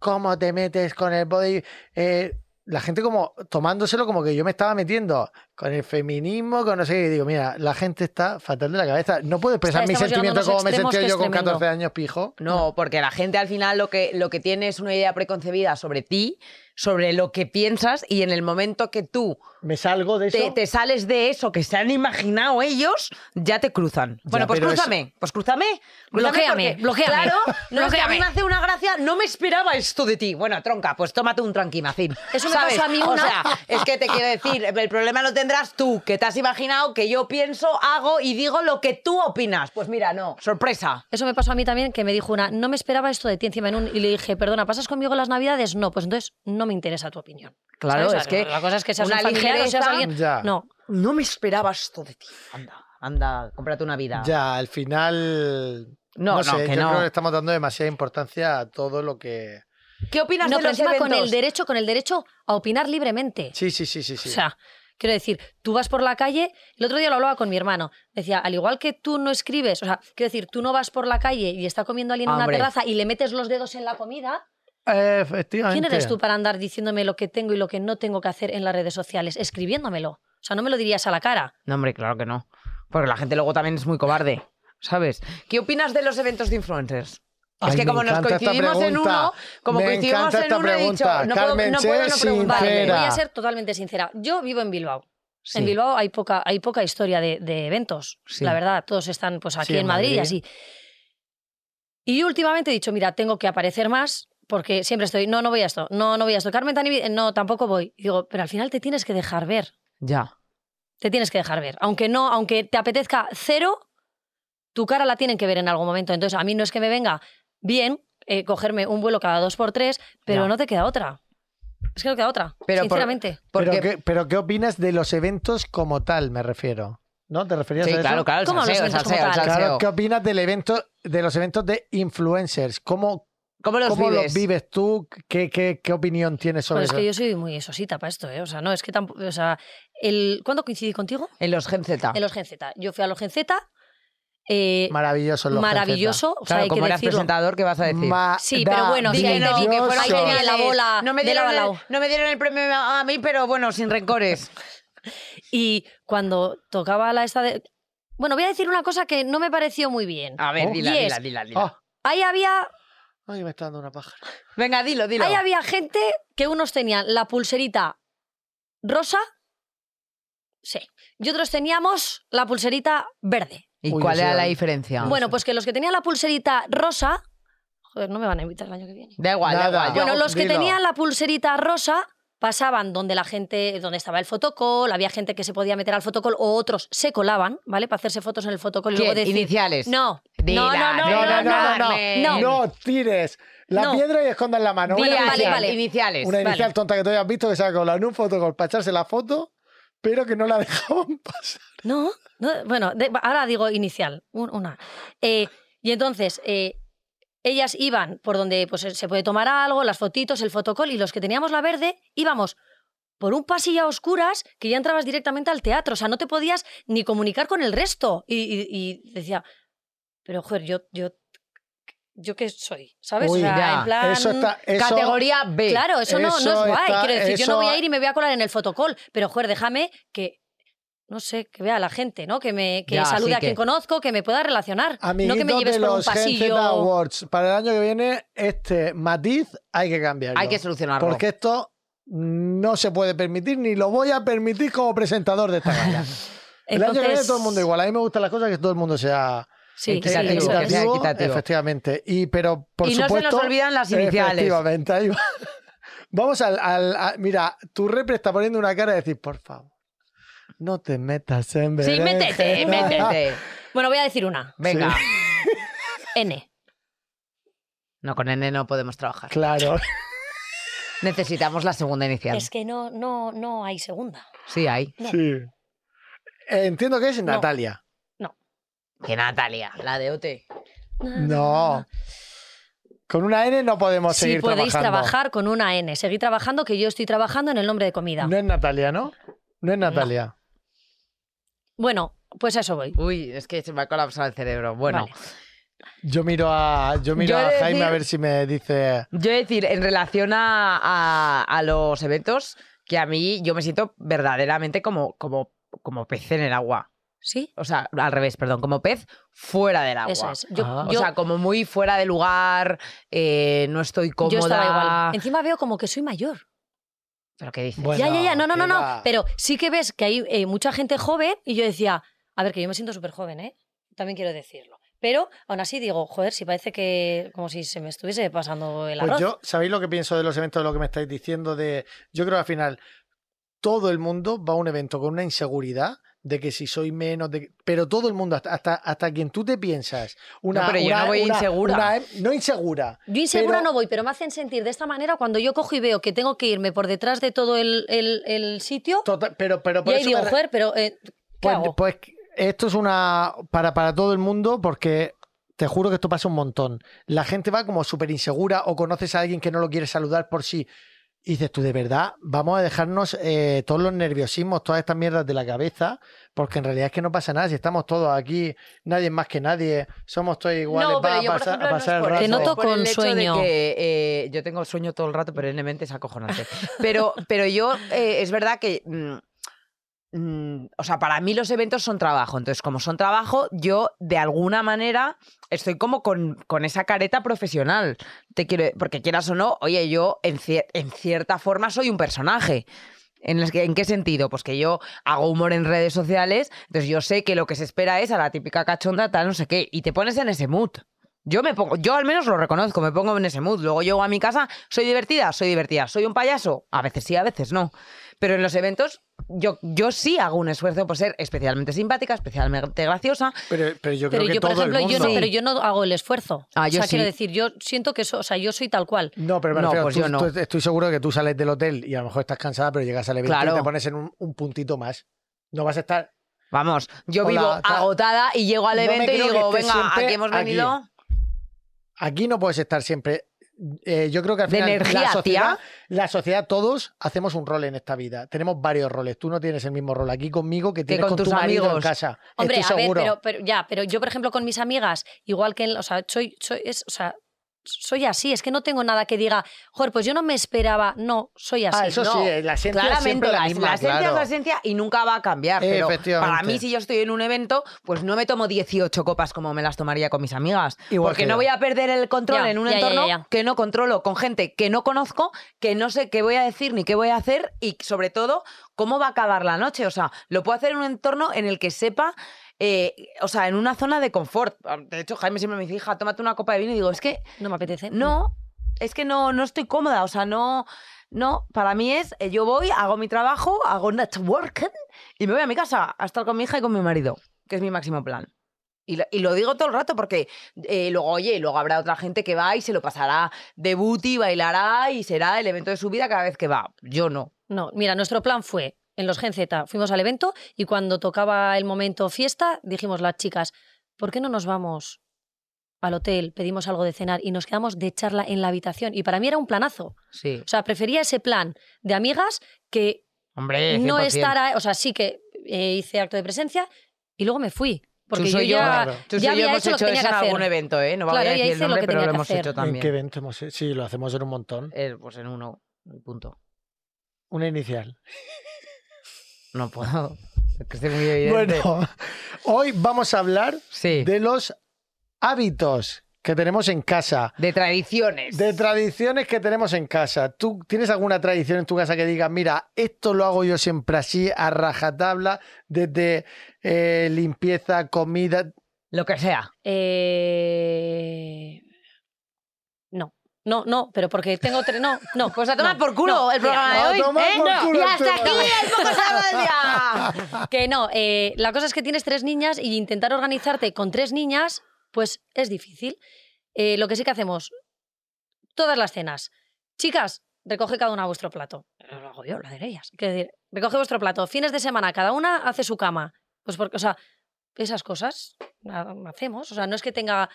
[SPEAKER 3] ¿cómo te metes con el body? Eh, la gente como tomándoselo como que yo me estaba metiendo con el feminismo, con no sé qué. Y digo, mira, la gente está fatal de la cabeza. No puedo expresar
[SPEAKER 6] Está-
[SPEAKER 3] mis
[SPEAKER 6] estamos llegando a
[SPEAKER 3] sentimientos
[SPEAKER 6] unos
[SPEAKER 3] como me
[SPEAKER 6] extremos
[SPEAKER 3] sentí
[SPEAKER 6] que
[SPEAKER 3] yo
[SPEAKER 6] es
[SPEAKER 3] con
[SPEAKER 6] tremendo.
[SPEAKER 3] 14 años, pijo.
[SPEAKER 4] No, porque la gente al final lo que, lo que tiene es una idea preconcebida sobre ti, sobre lo que piensas, y en el momento que tú
[SPEAKER 3] Me salgo de eso.
[SPEAKER 4] te, te sales de eso que se han imaginado ellos, ya te cruzan.
[SPEAKER 3] Ya,
[SPEAKER 4] bueno, pues
[SPEAKER 3] pero eso-
[SPEAKER 4] crúzame, pues crúzame. crúzame
[SPEAKER 6] Bloquéame,
[SPEAKER 4] porque,
[SPEAKER 6] bloquéame,
[SPEAKER 4] Claro, no, es que a mí
[SPEAKER 6] bloquéame.
[SPEAKER 4] me hace una gracia, no me esperaba esto de ti. Bueno, tronca, pues tómate un tranquimacín.
[SPEAKER 6] Eso me
[SPEAKER 4] ¿sabes?
[SPEAKER 6] pasó a mí
[SPEAKER 4] O
[SPEAKER 6] una-
[SPEAKER 4] sea, es que te quiero decir, el problema lo tendrás tú, que te has imaginado que yo pienso, hago y digo lo que tú opinas. Pues mira, no, sorpresa.
[SPEAKER 6] Eso me pasó a mí también, que me dijo una, no me esperaba esto de ti encima en un... Y le dije, perdona, ¿pasas conmigo las navidades? No, pues entonces no me interesa tu opinión.
[SPEAKER 4] Claro,
[SPEAKER 6] ¿Sabes?
[SPEAKER 4] es que
[SPEAKER 6] La cosa es que seas
[SPEAKER 4] una
[SPEAKER 6] un familiar o seas
[SPEAKER 4] ligereza-
[SPEAKER 6] alguien...
[SPEAKER 3] Ya.
[SPEAKER 6] No,
[SPEAKER 4] No me esperaba esto de ti. Anda, anda, cómprate una vida.
[SPEAKER 3] Ya, al final.
[SPEAKER 4] No,
[SPEAKER 3] No,
[SPEAKER 4] no,
[SPEAKER 3] sé,
[SPEAKER 4] que
[SPEAKER 3] yo
[SPEAKER 4] no.
[SPEAKER 3] creo que le estamos dando demasiada importancia a todo lo que.
[SPEAKER 4] ¿Qué opinas
[SPEAKER 6] no
[SPEAKER 4] de
[SPEAKER 6] pero
[SPEAKER 4] los
[SPEAKER 6] encima
[SPEAKER 4] eventos?
[SPEAKER 6] con el derecho, con el derecho a opinar libremente.
[SPEAKER 3] Sí, sí, sí, sí. sí.
[SPEAKER 6] O sea, quiero decir, tú vas por la calle, el otro día lo hablaba con mi hermano, decía, al igual que tú no escribes, o sea, quiero decir, tú no vas por la calle y está comiendo alguien en
[SPEAKER 4] Hombre.
[SPEAKER 6] una terraza y le metes los dedos en la comida,
[SPEAKER 3] Eh, efectivamente.
[SPEAKER 6] ¿quién eres tú para andar diciéndome lo que tengo y lo que no tengo que hacer en las redes sociales, escribiéndomelo? O sea, no me lo dirías a la cara.
[SPEAKER 4] No, hombre, claro que no. Porque la gente luego también es muy cobarde, ¿sabes? ¿Qué opinas de los eventos de influencers?
[SPEAKER 3] Ay,
[SPEAKER 4] es que
[SPEAKER 3] me
[SPEAKER 4] como nos
[SPEAKER 3] encanta esta
[SPEAKER 4] coincidimos en
[SPEAKER 3] pregunta.
[SPEAKER 4] uno, como
[SPEAKER 3] Me
[SPEAKER 4] coincidimos
[SPEAKER 3] encanta
[SPEAKER 4] en
[SPEAKER 3] esta
[SPEAKER 4] uno, he dicho,
[SPEAKER 3] pregunta.
[SPEAKER 4] no puedo
[SPEAKER 3] Carmen
[SPEAKER 4] no, puedo
[SPEAKER 3] Che,
[SPEAKER 4] no preguntarle.
[SPEAKER 6] Vale, voy
[SPEAKER 3] Espera.
[SPEAKER 6] a ser totalmente sincera. Yo vivo en Bilbao.
[SPEAKER 4] Sí.
[SPEAKER 6] En Bilbao hay poca, hay poca historia de, de eventos,
[SPEAKER 4] Sí.
[SPEAKER 6] la verdad. Todos están pues aquí
[SPEAKER 3] Sí, en
[SPEAKER 6] en
[SPEAKER 3] Madrid.
[SPEAKER 6] Madrid, y así. Y yo últimamente he dicho, mira, tengo que aparecer más porque siempre estoy, no, no voy a esto, no, no voy a esto. Carmen Tanivi, eh, no, tampoco voy. Y digo, pero al final te tienes que dejar ver,
[SPEAKER 4] Ya.
[SPEAKER 6] te tienes que dejar ver. Aunque no, aunque te apetezca cero, tu cara la tienen que ver en algún momento. Entonces, a mí no es que me venga bien eh, cogerme un vuelo cada dos por tres, pero
[SPEAKER 4] Ya.
[SPEAKER 6] no te queda otra. Es que no queda otra,
[SPEAKER 4] Pero por-
[SPEAKER 6] sinceramente.
[SPEAKER 4] Porque...
[SPEAKER 3] Pero, qué, pero ¿qué opinas de los eventos como tal, me refiero? ¿No? ¿Te referías
[SPEAKER 4] Sí,
[SPEAKER 3] a eso?
[SPEAKER 4] claro, claro, el
[SPEAKER 6] ¿Cómo los
[SPEAKER 4] salseo, el
[SPEAKER 6] eventos
[SPEAKER 4] salseo, el
[SPEAKER 6] como tal?
[SPEAKER 4] salseo.
[SPEAKER 3] Claro, ¿qué opinas del evento, de los eventos de influencers? ¿Cómo,
[SPEAKER 4] ¿Cómo los
[SPEAKER 3] cómo
[SPEAKER 4] vives?
[SPEAKER 3] los vives tú? ¿Qué, qué, qué opinión tienes sobre
[SPEAKER 6] Joder, Pues es
[SPEAKER 3] eso?
[SPEAKER 6] que yo soy muy sosita para esto, ¿eh? O sea, no, es que tampoco. O sea, el, ¿cuándo coincidí contigo?
[SPEAKER 4] En los Gen Z.
[SPEAKER 6] En los Gen Z. Yo fui a los Gen Z. eh,
[SPEAKER 3] Maravilloso. los
[SPEAKER 6] maravilloso. O sea,
[SPEAKER 4] Claro,
[SPEAKER 6] hay
[SPEAKER 4] como
[SPEAKER 6] que
[SPEAKER 4] eras
[SPEAKER 6] decirlo.
[SPEAKER 4] presentador, ¿qué vas a
[SPEAKER 3] Gen Z.
[SPEAKER 4] decir?
[SPEAKER 6] Sí, pero bueno, sí, ahí te vi que fueron- ahí
[SPEAKER 3] Maravilloso.
[SPEAKER 6] tenía la bola
[SPEAKER 4] no me
[SPEAKER 6] de la
[SPEAKER 4] dieron el,
[SPEAKER 6] Balao.
[SPEAKER 4] no me dieron el premio a mí, pero bueno, sin rencores.
[SPEAKER 6] Y cuando tocaba la esta de. Bueno, voy a decir una cosa que no me pareció muy bien.
[SPEAKER 4] A ver,
[SPEAKER 3] Oh,
[SPEAKER 4] dila,
[SPEAKER 6] yes.
[SPEAKER 4] dila, dila, dila.
[SPEAKER 3] Ah,
[SPEAKER 6] Ahí había,
[SPEAKER 3] ay, me está dando una paja.
[SPEAKER 4] Venga, dilo, dilo.
[SPEAKER 6] ahí había gente que unos tenían la pulserita rosa. Sí. Y otros teníamos la pulserita verde.
[SPEAKER 4] ¿Y
[SPEAKER 3] Uy,
[SPEAKER 4] cuál
[SPEAKER 3] yo
[SPEAKER 4] era
[SPEAKER 3] soy
[SPEAKER 4] la
[SPEAKER 3] al-
[SPEAKER 4] diferencia?
[SPEAKER 3] Ah,
[SPEAKER 6] Bueno,
[SPEAKER 3] sí.
[SPEAKER 6] pues que los que tenían la pulserita rosa. Joder, no me van a invitar el año que viene.
[SPEAKER 4] Da igual,
[SPEAKER 3] Nada.
[SPEAKER 4] da igual. yo-
[SPEAKER 6] Bueno, los que
[SPEAKER 3] dilo.
[SPEAKER 6] tenían la pulserita rosa pasaban donde la gente, donde estaba el fotocall, había gente que se podía meter al fotocall o otros se colaban, ¿vale? Para hacerse fotos en el fotocall y
[SPEAKER 4] ¿Quién?
[SPEAKER 6] luego decir.
[SPEAKER 4] Iniciales.
[SPEAKER 6] No,
[SPEAKER 4] Dila,
[SPEAKER 6] no, no, no,
[SPEAKER 3] No,
[SPEAKER 4] dila,
[SPEAKER 3] no, no, no,
[SPEAKER 4] Carmen.
[SPEAKER 3] no. No tires la
[SPEAKER 6] No.
[SPEAKER 3] piedra y escondas la mano.
[SPEAKER 6] Bueno,
[SPEAKER 4] Dila,
[SPEAKER 6] vale,
[SPEAKER 4] dila,
[SPEAKER 6] vale.
[SPEAKER 4] Iniciales.
[SPEAKER 3] Una
[SPEAKER 6] vale.
[SPEAKER 3] inicial tonta que tú hayas visto que se ha colado en un fotocall para echarse la foto, pero que no la dejaban pasar.
[SPEAKER 6] No, no, bueno, de- ahora digo inicial, un- una. Eh, y entonces, eh, ellas iban por donde pues, se puede tomar algo, las fotitos, el fotocol, y los que teníamos la verde íbamos por un pasillo a oscuras que ya entrabas directamente al teatro, o sea, no te podías ni comunicar con el resto. Y, y- y decía, pero joder, yo, yo, yo qué soy, ¿sabes?
[SPEAKER 3] Uy,
[SPEAKER 6] o sea,
[SPEAKER 4] ya,
[SPEAKER 6] en plan...
[SPEAKER 3] Eso está. Eso,
[SPEAKER 4] Categoría B.
[SPEAKER 6] Claro, eso, no- no,
[SPEAKER 3] Eso
[SPEAKER 6] es guay.
[SPEAKER 3] está-
[SPEAKER 6] Quiero decir, yo no
[SPEAKER 3] eso-
[SPEAKER 6] voy a ir y me voy a colar en el fotocall, pero joder, déjame que, no sé, que vea a la gente, ¿no? Que me que
[SPEAKER 4] Ya,
[SPEAKER 6] salude
[SPEAKER 4] sí
[SPEAKER 6] a quien
[SPEAKER 4] que-
[SPEAKER 6] conozco, que me pueda relacionar. no que me
[SPEAKER 3] Amiguitos
[SPEAKER 6] lleves
[SPEAKER 3] de
[SPEAKER 6] por un
[SPEAKER 3] los Gen Z
[SPEAKER 6] pasillo.
[SPEAKER 3] Awards. Para el año que viene, este matiz hay que cambiarlo.
[SPEAKER 4] Hay que solucionarlo.
[SPEAKER 3] Porque esto no se puede permitir, ni lo voy a permitir como presentador de esta
[SPEAKER 4] [laughs]
[SPEAKER 3] gala. El año que viene
[SPEAKER 6] Entonces-
[SPEAKER 3] todo el mundo igual. A mí me gustan las cosas que todo el mundo sea
[SPEAKER 6] Sí, sí,
[SPEAKER 4] Equitativo,
[SPEAKER 6] eso
[SPEAKER 4] que
[SPEAKER 6] es.
[SPEAKER 4] sea equitativo.
[SPEAKER 3] Efectivamente. Y, pero, por
[SPEAKER 4] Y no se
[SPEAKER 3] supuesto,
[SPEAKER 4] nos olvidan las iniciales.
[SPEAKER 3] Efectivamente. ahí va. [laughs] Vamos al... al- a- mira, tu repre está poniendo una cara de decir, por favor. No te metas en
[SPEAKER 6] Sí, métete,
[SPEAKER 3] [laughs] berenjena.
[SPEAKER 6] métete. [laughs] Bueno, voy a decir una.
[SPEAKER 4] Venga.
[SPEAKER 6] N.
[SPEAKER 4] No, con N no podemos trabajar.
[SPEAKER 3] Claro.
[SPEAKER 4] Necesitamos la segunda inicial.
[SPEAKER 6] Es que no, no, no hay segunda.
[SPEAKER 4] Sí, hay.
[SPEAKER 6] No.
[SPEAKER 3] Sí. Eh, Entiendo que es Natalia.
[SPEAKER 4] Que Natalia, la de OT.
[SPEAKER 3] No. Con una N no podemos
[SPEAKER 6] Sí,
[SPEAKER 3] seguir
[SPEAKER 6] podéis
[SPEAKER 3] trabajando.
[SPEAKER 6] trabajar con una N. Seguid trabajando, que yo estoy trabajando en el nombre de comida.
[SPEAKER 3] No es Natalia, ¿no? No es Natalia.
[SPEAKER 6] Bueno, pues a eso voy.
[SPEAKER 4] Uy, es que se me ha colapsado el cerebro. Bueno,
[SPEAKER 6] Vale.
[SPEAKER 3] Yo miro a, yo miro
[SPEAKER 4] Yo he
[SPEAKER 3] a
[SPEAKER 4] de
[SPEAKER 3] Jaime a
[SPEAKER 4] decir-
[SPEAKER 3] ver si me dice.
[SPEAKER 4] yo he de decir, en relación a, a- a los eventos, que a mí yo me siento verdaderamente como, como, como pez en el agua.
[SPEAKER 6] ¿Sí?
[SPEAKER 4] O sea, al revés, perdón, como pez fuera del agua.
[SPEAKER 6] Eso es. Yo,
[SPEAKER 3] Ah.
[SPEAKER 4] O
[SPEAKER 6] yo-
[SPEAKER 4] sea, como muy fuera de lugar, eh, no estoy cómoda.
[SPEAKER 6] yo estaba igual. Encima veo como que soy mayor.
[SPEAKER 4] ¿Pero qué dices?
[SPEAKER 3] Bueno,
[SPEAKER 6] ya, ya, ya. No, no,
[SPEAKER 3] ¿qué
[SPEAKER 6] no, no.
[SPEAKER 3] va?
[SPEAKER 6] Pero sí que ves que hay eh, mucha gente joven y yo decía, a ver, que yo me siento súper joven, ¿eh? También quiero decirlo. Pero aún así digo, joder, si parece que como si se me estuviese pasando el arroz.
[SPEAKER 3] Pues yo, ¿sabéis lo que pienso de los eventos, de lo que me estáis diciendo? De, yo creo que al final todo el mundo va a un evento con una inseguridad de que si soy menos, de, que- pero todo el mundo, hasta, hasta, hasta quien tú te piensas, una...
[SPEAKER 4] No, pero yo
[SPEAKER 3] una-
[SPEAKER 4] no voy
[SPEAKER 3] una-
[SPEAKER 4] insegura.
[SPEAKER 3] una- no insegura.
[SPEAKER 6] Yo insegura
[SPEAKER 3] Pero-
[SPEAKER 6] no voy, pero me hacen sentir de esta manera cuando yo cojo y veo que tengo que irme por detrás de todo el, el- el sitio.
[SPEAKER 3] Total- pero, pero
[SPEAKER 6] Y
[SPEAKER 3] por
[SPEAKER 6] ahí
[SPEAKER 3] eso
[SPEAKER 6] digo,
[SPEAKER 3] me re-
[SPEAKER 6] joder, pero eh, ¿qué
[SPEAKER 3] pues,
[SPEAKER 6] hago?
[SPEAKER 3] pues esto es una... Para, para todo el mundo porque... Te juro que esto pasa un montón. La gente va como súper insegura o conoces a alguien que no lo quiere saludar por sí. Y dices tú, de verdad, vamos a dejarnos eh, todos los nerviosismos, todas estas mierdas de la cabeza, porque en realidad es que no pasa nada. Si estamos todos aquí, nadie es más que nadie, somos todos iguales,
[SPEAKER 4] No, pero
[SPEAKER 3] va a
[SPEAKER 4] yo, por
[SPEAKER 3] pasar,
[SPEAKER 4] ejemplo,
[SPEAKER 3] a
[SPEAKER 4] no es
[SPEAKER 3] pasar
[SPEAKER 4] por
[SPEAKER 3] el
[SPEAKER 6] Te
[SPEAKER 3] rato.
[SPEAKER 6] noto
[SPEAKER 4] por el
[SPEAKER 6] con
[SPEAKER 4] hecho de
[SPEAKER 6] sueño.
[SPEAKER 4] que, eh, yo tengo sueño todo el rato, pero en mente es acojonante. Pero,
[SPEAKER 6] [laughs]
[SPEAKER 4] pero yo, eh, es verdad que. mm, mm, o sea, para mí los eventos son trabajo. Entonces, como son trabajo, yo de alguna manera estoy como con, con esa careta profesional. Te quiero, porque quieras o no, oye, yo en, cier- en cierta forma soy un personaje. ¿En, las que- ¿En qué sentido? Pues que yo hago humor en redes sociales, entonces yo sé que lo que se espera es a la típica cachonda, tal, no sé qué, y te pones en ese mood. Yo me pongo, yo al menos lo reconozco, me pongo en ese mood. Luego llego a mi casa, soy divertida, soy divertida, soy un payaso, a veces sí, a veces no. Pero en los eventos yo, yo sí hago un esfuerzo por ser especialmente simpática, especialmente graciosa.
[SPEAKER 3] Pero, pero yo creo
[SPEAKER 6] Pero
[SPEAKER 3] que
[SPEAKER 6] yo, por
[SPEAKER 3] todo el
[SPEAKER 6] ejemplo, yo no,
[SPEAKER 3] mundo-
[SPEAKER 6] pero yo no hago el esfuerzo.
[SPEAKER 4] Ah, yo
[SPEAKER 6] o sea, quiero
[SPEAKER 4] sí.
[SPEAKER 6] decir, yo siento que so- o sea, yo soy tal cual.
[SPEAKER 3] No, pero me
[SPEAKER 4] No,
[SPEAKER 3] refiero,
[SPEAKER 4] pues
[SPEAKER 3] tú-
[SPEAKER 4] yo no.
[SPEAKER 3] tú- estoy seguro que tú sales del hotel y a lo mejor estás cansada, pero llegas al evento
[SPEAKER 4] Claro.
[SPEAKER 3] y te pones en un, un puntito más. No vas a estar.
[SPEAKER 4] Vamos, yo
[SPEAKER 3] Hola,
[SPEAKER 4] vivo
[SPEAKER 3] tal.
[SPEAKER 4] agotada y llego al
[SPEAKER 3] No me
[SPEAKER 4] evento y
[SPEAKER 3] creo que
[SPEAKER 4] digo,
[SPEAKER 3] estés
[SPEAKER 4] venga,
[SPEAKER 3] siempre
[SPEAKER 4] aquí hemos
[SPEAKER 3] aquí".
[SPEAKER 4] venido.
[SPEAKER 3] Aquí no puedes estar siempre. Eh, yo creo que al
[SPEAKER 4] De
[SPEAKER 3] final la
[SPEAKER 4] energía,
[SPEAKER 3] sociedad,
[SPEAKER 4] tía.
[SPEAKER 3] la sociedad todos hacemos un rol en esta vida. Tenemos varios roles. Tú no tienes el mismo rol aquí conmigo que tienes
[SPEAKER 4] con
[SPEAKER 3] con,
[SPEAKER 4] tus
[SPEAKER 3] tu marido en
[SPEAKER 4] amigos.
[SPEAKER 3] casa.
[SPEAKER 6] Hombre,
[SPEAKER 3] Estoy
[SPEAKER 6] a ver,
[SPEAKER 3] seguro.
[SPEAKER 6] pero, pero- ya, pero yo, por ejemplo, con mis amigas, igual que, en- o sea, soy, soy, es- o sea, soy así, es que no tengo nada que diga, joder, pues yo no me esperaba, no, soy así.
[SPEAKER 3] ah, eso
[SPEAKER 6] no.
[SPEAKER 3] sí, la esencia es
[SPEAKER 4] Claramente,
[SPEAKER 3] siempre la,
[SPEAKER 4] la,
[SPEAKER 3] misma.
[SPEAKER 4] la esencia
[SPEAKER 3] claro.
[SPEAKER 4] es la esencia y nunca va a cambiar. Pero
[SPEAKER 3] Efectivamente.
[SPEAKER 4] para mí, si yo estoy en un evento, pues no me tomo 18 copas como me las tomaría con mis amigas.
[SPEAKER 3] Igual
[SPEAKER 4] porque
[SPEAKER 3] que yo.
[SPEAKER 4] no voy a perder el control
[SPEAKER 6] Ya,
[SPEAKER 4] en un
[SPEAKER 6] ya, ya,
[SPEAKER 4] entorno
[SPEAKER 6] ya, ya.
[SPEAKER 4] que no controlo, con gente que no conozco, que no sé qué voy a decir ni qué voy a hacer y, sobre todo, cómo va a acabar la noche. O sea, lo puedo hacer en un entorno en el que sepa. eh, o sea, en una zona de confort. De hecho, Jaime siempre me dice, hija, tómate una copa de vino y digo, es que
[SPEAKER 6] No me apetece.
[SPEAKER 3] Mm.
[SPEAKER 4] no, es que no, no estoy cómoda, o sea, no, no, para mí es, eh, yo voy, hago mi trabajo, hago networking y me voy a mi casa a estar con mi hija y con mi marido, que es mi máximo plan. Y lo, y lo digo todo el rato porque eh, luego, oye, luego habrá otra gente que va y se lo pasará de booty, bailará y será el evento de su vida cada vez que va. Yo no.
[SPEAKER 6] No, mira, nuestro plan fue, en los Gen Z, fuimos al evento y cuando tocaba el momento fiesta, dijimos las chicas, ¿por qué no nos vamos al hotel, pedimos algo de cenar y nos quedamos de charla en la habitación? Y para mí era un planazo.
[SPEAKER 4] Sí.
[SPEAKER 6] O sea, prefería ese plan de amigas que
[SPEAKER 4] Hombre,
[SPEAKER 6] no
[SPEAKER 4] 100%.
[SPEAKER 6] estar, a- o sea, sí que eh, hice acto de presencia y luego me fui. Porque
[SPEAKER 4] Chuso
[SPEAKER 6] yo
[SPEAKER 4] y yo,
[SPEAKER 6] ya,
[SPEAKER 3] claro.
[SPEAKER 4] Tú y
[SPEAKER 6] ya
[SPEAKER 4] yo
[SPEAKER 6] había
[SPEAKER 4] hemos hecho,
[SPEAKER 6] hecho lo que tenía
[SPEAKER 4] eso
[SPEAKER 6] que
[SPEAKER 4] en algún
[SPEAKER 6] hacer.
[SPEAKER 4] evento, ¿eh? No voy
[SPEAKER 6] Claro,
[SPEAKER 4] a
[SPEAKER 6] ya
[SPEAKER 4] decir
[SPEAKER 6] hice
[SPEAKER 4] el
[SPEAKER 6] lo
[SPEAKER 4] nombre,
[SPEAKER 6] que
[SPEAKER 4] pero
[SPEAKER 6] tenía
[SPEAKER 4] lo
[SPEAKER 6] que
[SPEAKER 4] hemos
[SPEAKER 6] hacer.
[SPEAKER 4] hecho
[SPEAKER 3] ¿En
[SPEAKER 4] también.
[SPEAKER 3] qué evento hemos hecho? Sí, lo hacemos en un montón.
[SPEAKER 4] Eh, pues en uno, y punto.
[SPEAKER 3] Una inicial.
[SPEAKER 4] No puedo. Es que es muy evidente.
[SPEAKER 3] Bueno, [laughs] hoy vamos a hablar
[SPEAKER 4] Sí. De,
[SPEAKER 3] de los hábitos que tenemos en casa.
[SPEAKER 4] tradiciones.
[SPEAKER 3] De tradiciones que tenemos en casa. ¿Tú tienes alguna tradición en tu casa que digas, mira, esto lo hago yo siempre así, a rajatabla, desde eh, limpieza, comida?
[SPEAKER 4] Lo que sea.
[SPEAKER 6] Eh, No, No, no, pero porque tengo tres. No, no.
[SPEAKER 4] [laughs] Pues a tomar
[SPEAKER 6] no,
[SPEAKER 4] por culo
[SPEAKER 6] no,
[SPEAKER 4] el programa
[SPEAKER 6] mira,
[SPEAKER 4] de
[SPEAKER 3] A
[SPEAKER 4] hoy. ¿eh?
[SPEAKER 3] tomar por
[SPEAKER 4] No.
[SPEAKER 3] culo
[SPEAKER 4] y
[SPEAKER 3] el
[SPEAKER 4] hasta
[SPEAKER 3] tema.
[SPEAKER 4] aquí el poco se habla del día.
[SPEAKER 6] Que no, eh, la cosa es que tienes tres niñas y intentar organizarte con tres niñas, pues es difícil. Eh, lo que sí que hacemos, todas las cenas. Chicas, recoge cada una vuestro plato. No lo hago yo, lo haré ellas. Quiero decir, recoge vuestro plato. Fines de semana, cada una hace su cama. Pues porque, o sea, esas cosas la- la hacemos. O sea, no es que tenga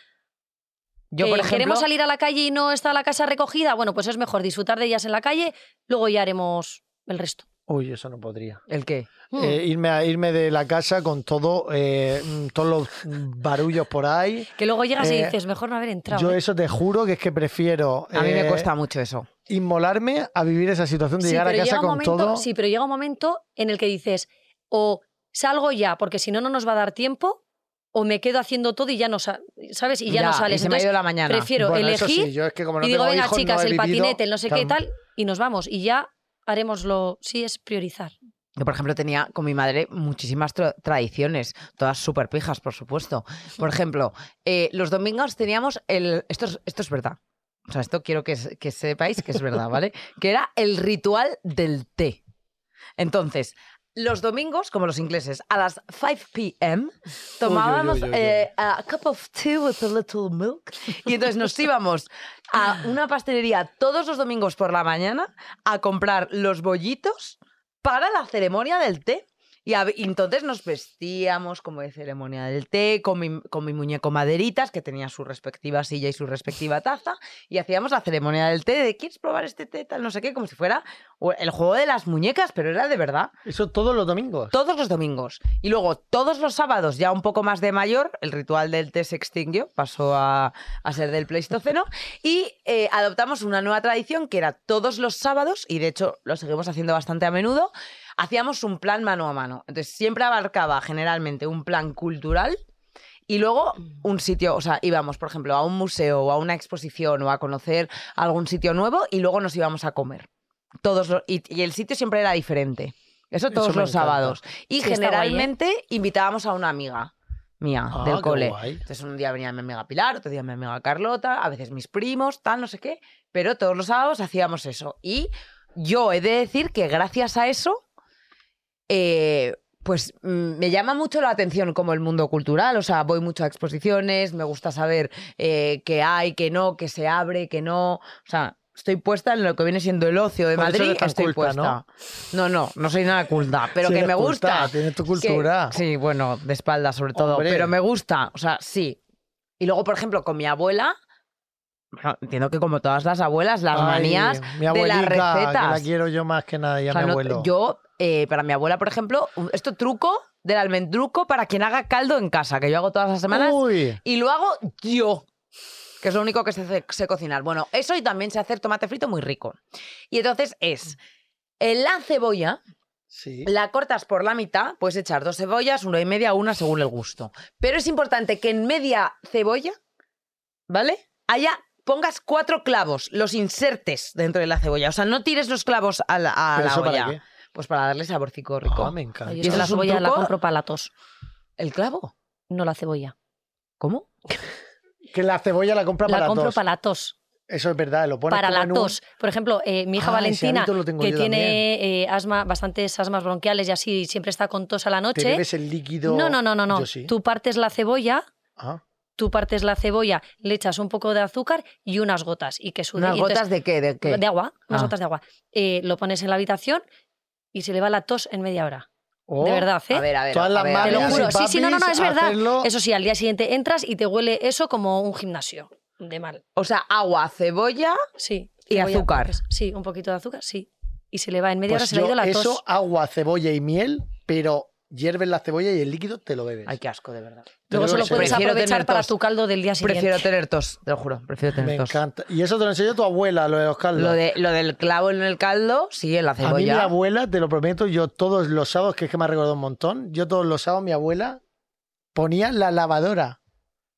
[SPEAKER 4] Yo,
[SPEAKER 6] que
[SPEAKER 4] por ejemplo,
[SPEAKER 6] queremos salir a la calle y no está la casa recogida, bueno, pues es mejor disfrutar de ellas en la calle, luego ya haremos el resto.
[SPEAKER 3] Uy, eso no podría.
[SPEAKER 4] ¿El qué?
[SPEAKER 6] Mm.
[SPEAKER 3] Eh, irme, a, irme de la casa con todo, eh, mm, todos los barullos por ahí.
[SPEAKER 6] Mm, que luego llegas y
[SPEAKER 3] eh,
[SPEAKER 6] dices, mejor no haber entrado.
[SPEAKER 3] Yo
[SPEAKER 6] ¿eh?
[SPEAKER 3] eso te juro que es que prefiero
[SPEAKER 4] A mí me
[SPEAKER 3] eh,
[SPEAKER 4] cuesta mucho eso.
[SPEAKER 3] inmolarme a vivir esa situación de
[SPEAKER 6] Sí,
[SPEAKER 3] llegar a
[SPEAKER 6] pero
[SPEAKER 3] casa
[SPEAKER 6] llega un
[SPEAKER 3] con
[SPEAKER 6] momento,
[SPEAKER 3] todo.
[SPEAKER 6] Sí, pero llega un momento en el que dices, o salgo ya, porque si no, no nos va a dar tiempo, o me quedo haciendo todo y ya no, sa- ¿sabes? Y ya, no sales.
[SPEAKER 4] se me ha
[SPEAKER 6] Entonces,
[SPEAKER 4] ido la mañana.
[SPEAKER 6] prefiero
[SPEAKER 3] Bueno, eso
[SPEAKER 6] elegir
[SPEAKER 3] sí, yo es que como no
[SPEAKER 6] y digo,
[SPEAKER 3] tengo
[SPEAKER 6] venga,
[SPEAKER 3] hijos, no
[SPEAKER 6] chicas,
[SPEAKER 3] he
[SPEAKER 6] el
[SPEAKER 3] vivido-
[SPEAKER 6] patinete, el no sé qué
[SPEAKER 3] Claro.
[SPEAKER 6] tal, y nos vamos. Y ya haremos lo... Sí, es priorizar.
[SPEAKER 4] Yo, por ejemplo, tenía con mi madre muchísimas tra- tradiciones, todas súper pijas, por supuesto. Por ejemplo, eh, los domingos teníamos el... Esto es, esto es verdad. O sea, esto quiero que, se- que sepáis que es verdad,
[SPEAKER 3] [laughs]
[SPEAKER 4] ¿vale? Que era el ritual del té. Entonces, los domingos, como los ingleses, a las 5 p.m. tomábamos
[SPEAKER 3] uy, uy, uy.
[SPEAKER 4] eh, a cup of tea with a little milk y entonces nos íbamos a una pastelería todos los domingos por la mañana a comprar los bollitos para la ceremonia del té. Y, hab- y entonces nos vestíamos como de ceremonia del té, con mi, con mi muñeco maderitas, que tenía su respectiva silla y su respectiva taza, y hacíamos la ceremonia del té de ¿quieres probar este té? Tal, no sé qué, como si fuera o- el juego de las muñecas, pero era de verdad.
[SPEAKER 3] Eso todos los domingos.
[SPEAKER 4] Todos los domingos. Y luego todos los sábados, ya un poco más de mayor, el ritual del té se extinguió, pasó a, a ser del Pleistoceno. Y eh, adoptamos una nueva tradición que era todos los sábados, y de hecho lo seguimos haciendo bastante a menudo, hacíamos un plan mano a mano. Entonces siempre abarcaba generalmente un plan cultural. Y luego
[SPEAKER 3] Mm.
[SPEAKER 4] un sitio, o sea, íbamos, por ejemplo, a un museo o a una exposición o a conocer algún sitio nuevo y luego nos íbamos a comer. Todos los- y, y el sitio siempre era diferente. Eso
[SPEAKER 3] Eso
[SPEAKER 4] todos
[SPEAKER 3] me
[SPEAKER 4] los
[SPEAKER 3] encanta.
[SPEAKER 4] sábados. Y
[SPEAKER 6] Sí, está guay, ¿eh?
[SPEAKER 4] generalmente invitábamos a una amiga mía
[SPEAKER 3] Ah,
[SPEAKER 4] del
[SPEAKER 3] qué
[SPEAKER 4] cole.
[SPEAKER 3] guay.
[SPEAKER 4] Entonces un día venía mi amiga Pilar, otro día mi amiga Carlota, a veces mis primos, tal, no sé qué. Pero todos los sábados hacíamos eso. Y yo he de decir que gracias a eso, eh, pues mm, me llama mucho la atención como el mundo cultural. O sea, voy mucho a exposiciones, me gusta saber eh, qué hay, qué no, qué se abre, qué no. O sea, estoy puesta en lo que viene siendo el ocio de
[SPEAKER 3] Por eso
[SPEAKER 4] Madrid.
[SPEAKER 3] eres tan
[SPEAKER 4] estoy
[SPEAKER 3] culta,
[SPEAKER 4] puesta.
[SPEAKER 3] ¿no?
[SPEAKER 4] no, no, no soy nada culta, pero
[SPEAKER 3] Sí
[SPEAKER 4] que
[SPEAKER 3] eres
[SPEAKER 4] me
[SPEAKER 3] culta,
[SPEAKER 4] gusta.
[SPEAKER 3] Tienes tu
[SPEAKER 4] Que-
[SPEAKER 3] cultura.
[SPEAKER 4] sí, bueno, de espalda sobre todo,
[SPEAKER 3] Hombre.
[SPEAKER 4] pero me gusta, o sea, sí. Y luego, por ejemplo, con mi abuela, bueno, entiendo que como todas las abuelas, las
[SPEAKER 3] Ay,
[SPEAKER 4] manías
[SPEAKER 3] mi
[SPEAKER 4] de las
[SPEAKER 3] abuelita, que
[SPEAKER 4] recetas.
[SPEAKER 3] la quiero yo más que nada y a
[SPEAKER 4] O sea,
[SPEAKER 3] mi
[SPEAKER 4] no-
[SPEAKER 3] abuelo.
[SPEAKER 4] yo, eh, para mi abuela, por ejemplo, un- esto truco del almendruco para quien haga caldo en casa, que yo hago todas las semanas,
[SPEAKER 3] Uy,
[SPEAKER 4] y lo hago yo, que es lo único que sé, hacer- sé cocinar. Bueno, eso y también sé hacer tomate frito muy rico. Y entonces es eh, la cebolla,
[SPEAKER 3] sí.
[SPEAKER 4] la cortas por la mitad, puedes echar dos cebollas, una y media, una según el gusto. Pero es importante que en media cebolla, ¿vale? Haya, pongas cuatro clavos, los insertes dentro de la cebolla. O sea, no tires los clavos a la, a
[SPEAKER 3] ¿Pero
[SPEAKER 4] la
[SPEAKER 3] eso para
[SPEAKER 4] olla.
[SPEAKER 3] qué?
[SPEAKER 4] Pues para darle saborcico rico.
[SPEAKER 3] Ah, me encanta.
[SPEAKER 6] Ay,
[SPEAKER 4] ¿Y
[SPEAKER 6] yo
[SPEAKER 4] eso
[SPEAKER 6] la
[SPEAKER 4] es un
[SPEAKER 6] cebolla la
[SPEAKER 4] truco?
[SPEAKER 6] compro para la tos,
[SPEAKER 4] ¿El clavo?
[SPEAKER 6] no la cebolla.
[SPEAKER 4] ¿Cómo?
[SPEAKER 3] Que la cebolla la compra para
[SPEAKER 6] la compro
[SPEAKER 3] dos.
[SPEAKER 6] para la tos.
[SPEAKER 3] Eso es verdad, lo pones
[SPEAKER 6] para
[SPEAKER 3] como
[SPEAKER 6] la
[SPEAKER 3] en un-
[SPEAKER 6] tos. Por ejemplo, eh, mi hija
[SPEAKER 3] Ah, ese
[SPEAKER 6] Valentina,
[SPEAKER 3] hábito lo tengo
[SPEAKER 6] que
[SPEAKER 3] yo
[SPEAKER 6] tiene eh, asma, bastantes asmas bronquiales y así, y siempre está con tos a la
[SPEAKER 3] Te
[SPEAKER 6] noche.
[SPEAKER 3] bebes el líquido.
[SPEAKER 6] No, no, no, no, no.
[SPEAKER 3] Yo sí.
[SPEAKER 6] Tú partes la cebolla,
[SPEAKER 3] Ah,
[SPEAKER 6] tú partes la cebolla, le echas un poco de azúcar y unas gotas y que sude.
[SPEAKER 4] ¿Unas
[SPEAKER 6] Pues Y entonces-
[SPEAKER 4] gotas de qué? ¿De qué?
[SPEAKER 6] de agua, unas
[SPEAKER 4] Ah.
[SPEAKER 6] gotas de agua. Eh, lo pones en la habitación y se le va la tos en media hora.
[SPEAKER 3] Oh,
[SPEAKER 6] de verdad, ¿eh?
[SPEAKER 4] A ver, a ver.
[SPEAKER 3] Todas
[SPEAKER 4] a
[SPEAKER 3] las
[SPEAKER 4] ver, a
[SPEAKER 6] Te
[SPEAKER 3] manos
[SPEAKER 6] lo
[SPEAKER 4] ver.
[SPEAKER 3] Amigas y
[SPEAKER 6] juro, sí, sí, no, no, no, es
[SPEAKER 3] papis,
[SPEAKER 6] verdad.
[SPEAKER 3] hacerlo-
[SPEAKER 6] Eso sí, al día siguiente entras y te huele eso como un gimnasio de mal.
[SPEAKER 4] O sea, agua, cebolla.
[SPEAKER 6] Sí.
[SPEAKER 4] Y
[SPEAKER 6] cebolla,
[SPEAKER 4] azúcar.
[SPEAKER 6] creo que es- Sí, un poquito de azúcar, sí. Y se le va en media
[SPEAKER 3] Pues
[SPEAKER 6] hora, se le ha
[SPEAKER 3] yo
[SPEAKER 6] ido la
[SPEAKER 3] eso,
[SPEAKER 6] tos.
[SPEAKER 3] agua, cebolla y miel, pero hierves la cebolla y el líquido te lo bebes.
[SPEAKER 4] Ay, qué asco, de verdad.
[SPEAKER 6] Luego
[SPEAKER 3] Yo
[SPEAKER 6] se lo
[SPEAKER 3] prefiero
[SPEAKER 6] puedes
[SPEAKER 4] tener
[SPEAKER 6] aprovechar para
[SPEAKER 4] tos.
[SPEAKER 6] tu caldo del día siguiente.
[SPEAKER 4] Prefiero tener tos, te lo juro. Prefiero tener
[SPEAKER 3] me
[SPEAKER 4] tos.
[SPEAKER 3] encanta. Y eso te lo enseñó tu abuela, lo de los caldos.
[SPEAKER 4] Lo, de, lo del clavo en el caldo, sí, en la
[SPEAKER 3] A mí mi
[SPEAKER 4] cebolla.
[SPEAKER 3] abuela, te lo prometo, yo todos los sábados, que es que me ha recordado un montón, yo todos los sábados mi abuela ponía la lavadora.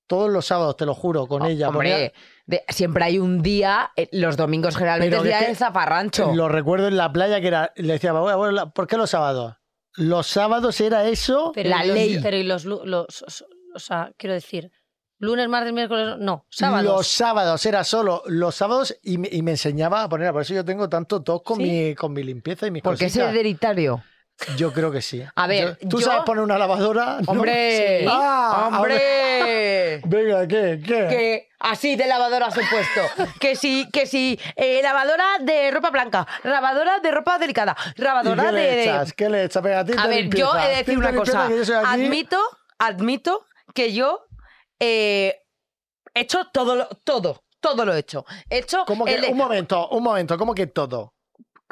[SPEAKER 3] Todos los sábados, te lo juro, con
[SPEAKER 4] Oh,
[SPEAKER 3] ella. ponía-
[SPEAKER 4] Hombre, de- siempre hay un día, eh, los domingos generalmente
[SPEAKER 3] Pero
[SPEAKER 4] es día
[SPEAKER 3] es que
[SPEAKER 4] del zaparrancho.
[SPEAKER 3] Lo recuerdo en la playa que era, le decía, abuela, abuela, ¿por qué los sábados? Los sábados era eso.
[SPEAKER 6] Pero
[SPEAKER 4] la
[SPEAKER 6] y los-
[SPEAKER 4] ley.
[SPEAKER 6] Pero y los, lu- los- O sea, quiero decir, Lunes, martes, miércoles, no, sábados.
[SPEAKER 3] Los sábados, era solo los sábados y me, y me enseñaba a poner. Por eso yo tengo tanto toque con,
[SPEAKER 6] Sí.
[SPEAKER 3] mi, con mi limpieza y mis
[SPEAKER 4] Porque es
[SPEAKER 3] cositas.
[SPEAKER 4] hereditario.
[SPEAKER 3] Yo creo que sí.
[SPEAKER 4] A ver,
[SPEAKER 3] Yo- ¿tú
[SPEAKER 4] yo-
[SPEAKER 3] sabes poner una lavadora? [laughs] [laughs] ¿No?
[SPEAKER 4] ¡Hombre!
[SPEAKER 6] Sí.
[SPEAKER 3] Ah,
[SPEAKER 4] ¡Hombre!
[SPEAKER 3] [laughs] Venga, ¿qué? ¿Qué?
[SPEAKER 4] que así de lavadoras he puesto. Que sí, que sí, eh, lavadora de ropa blanca, lavadora de ropa delicada,
[SPEAKER 3] ¿Y qué
[SPEAKER 4] lavadora
[SPEAKER 3] le
[SPEAKER 4] de...
[SPEAKER 3] echas? ¿Qué le echas? Venga, tinta
[SPEAKER 4] A
[SPEAKER 3] de
[SPEAKER 4] ver,
[SPEAKER 3] limpieza.
[SPEAKER 4] yo he de decir
[SPEAKER 3] Tinta
[SPEAKER 4] una
[SPEAKER 3] de limpieza,
[SPEAKER 4] cosa.
[SPEAKER 3] que yo soy aquí.
[SPEAKER 4] Admito, admito que yo eh, he hecho todo, lo- todo, todo lo he hecho. He hecho...
[SPEAKER 3] Como que,
[SPEAKER 4] el de-
[SPEAKER 3] un momento, un momento, como que todo.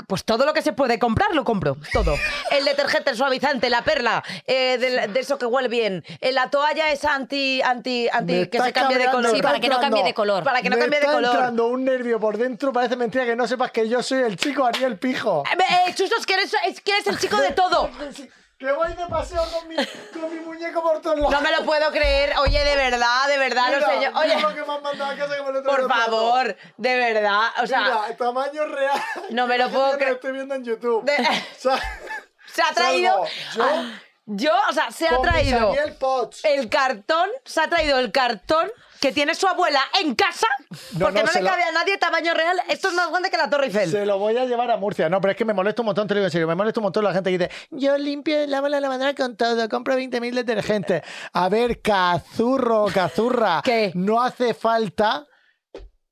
[SPEAKER 4] pues todo lo que se puede comprar lo compro, todo. El detergente, el suavizante, la perla, eh, del- de, eso que huele bien, eh, la toalla esa anti, anti,
[SPEAKER 3] Me
[SPEAKER 4] anti que
[SPEAKER 3] está
[SPEAKER 4] se cambie de
[SPEAKER 3] cabreando,
[SPEAKER 4] color.
[SPEAKER 3] me
[SPEAKER 6] Sí, para
[SPEAKER 3] está
[SPEAKER 6] que no cambie
[SPEAKER 3] entrando-
[SPEAKER 6] de color.
[SPEAKER 4] Para que no
[SPEAKER 3] me
[SPEAKER 4] cambie de
[SPEAKER 3] está
[SPEAKER 4] color.
[SPEAKER 3] entrando un nervio por dentro, parece mentira que no sepas que yo soy el chico Ariel Pijo.
[SPEAKER 4] Eh, eh, Chuso, es que eres, es que eres el chico de todo.
[SPEAKER 3] [laughs] Que voy de paseo con mi, con mi muñeco por todos lados.
[SPEAKER 4] No me lo puedo creer. Oye, de verdad, de verdad,
[SPEAKER 3] Mira,
[SPEAKER 4] los señores.
[SPEAKER 3] mira lo
[SPEAKER 4] Oye,
[SPEAKER 3] que me han mandado a casa que me lo traigo
[SPEAKER 4] por
[SPEAKER 3] en el plato.
[SPEAKER 4] favor, de verdad. O sea,
[SPEAKER 3] Mira, tamaño real.
[SPEAKER 4] no me lo
[SPEAKER 3] Gente
[SPEAKER 4] puedo
[SPEAKER 3] que
[SPEAKER 4] creer.
[SPEAKER 3] estoy viendo en YouTube.
[SPEAKER 4] De-
[SPEAKER 3] [laughs] O sea,
[SPEAKER 4] [laughs] se ha traído.
[SPEAKER 3] Yo-
[SPEAKER 4] Ah, Yo, o sea, se ha
[SPEAKER 3] con mi
[SPEAKER 4] traído
[SPEAKER 3] Ariel Potts.
[SPEAKER 4] el cartón, se ha traído el cartón que tiene su abuela en casa,
[SPEAKER 3] No,
[SPEAKER 4] porque
[SPEAKER 3] no,
[SPEAKER 4] no,
[SPEAKER 3] se
[SPEAKER 4] le
[SPEAKER 3] lo-
[SPEAKER 4] cabe a nadie tamaño real. Esto es más grande que la Torre Eiffel.
[SPEAKER 3] Se lo voy a llevar a Murcia. No, pero es que me molesta un montón, te lo digo en serio. Me molesta un montón la gente que dice, yo limpio y lavo la lavadora con todo, compro 20.000 detergentes. A ver, cazurro, cazurra.
[SPEAKER 4] [laughs] ¿Qué?
[SPEAKER 3] No hace falta...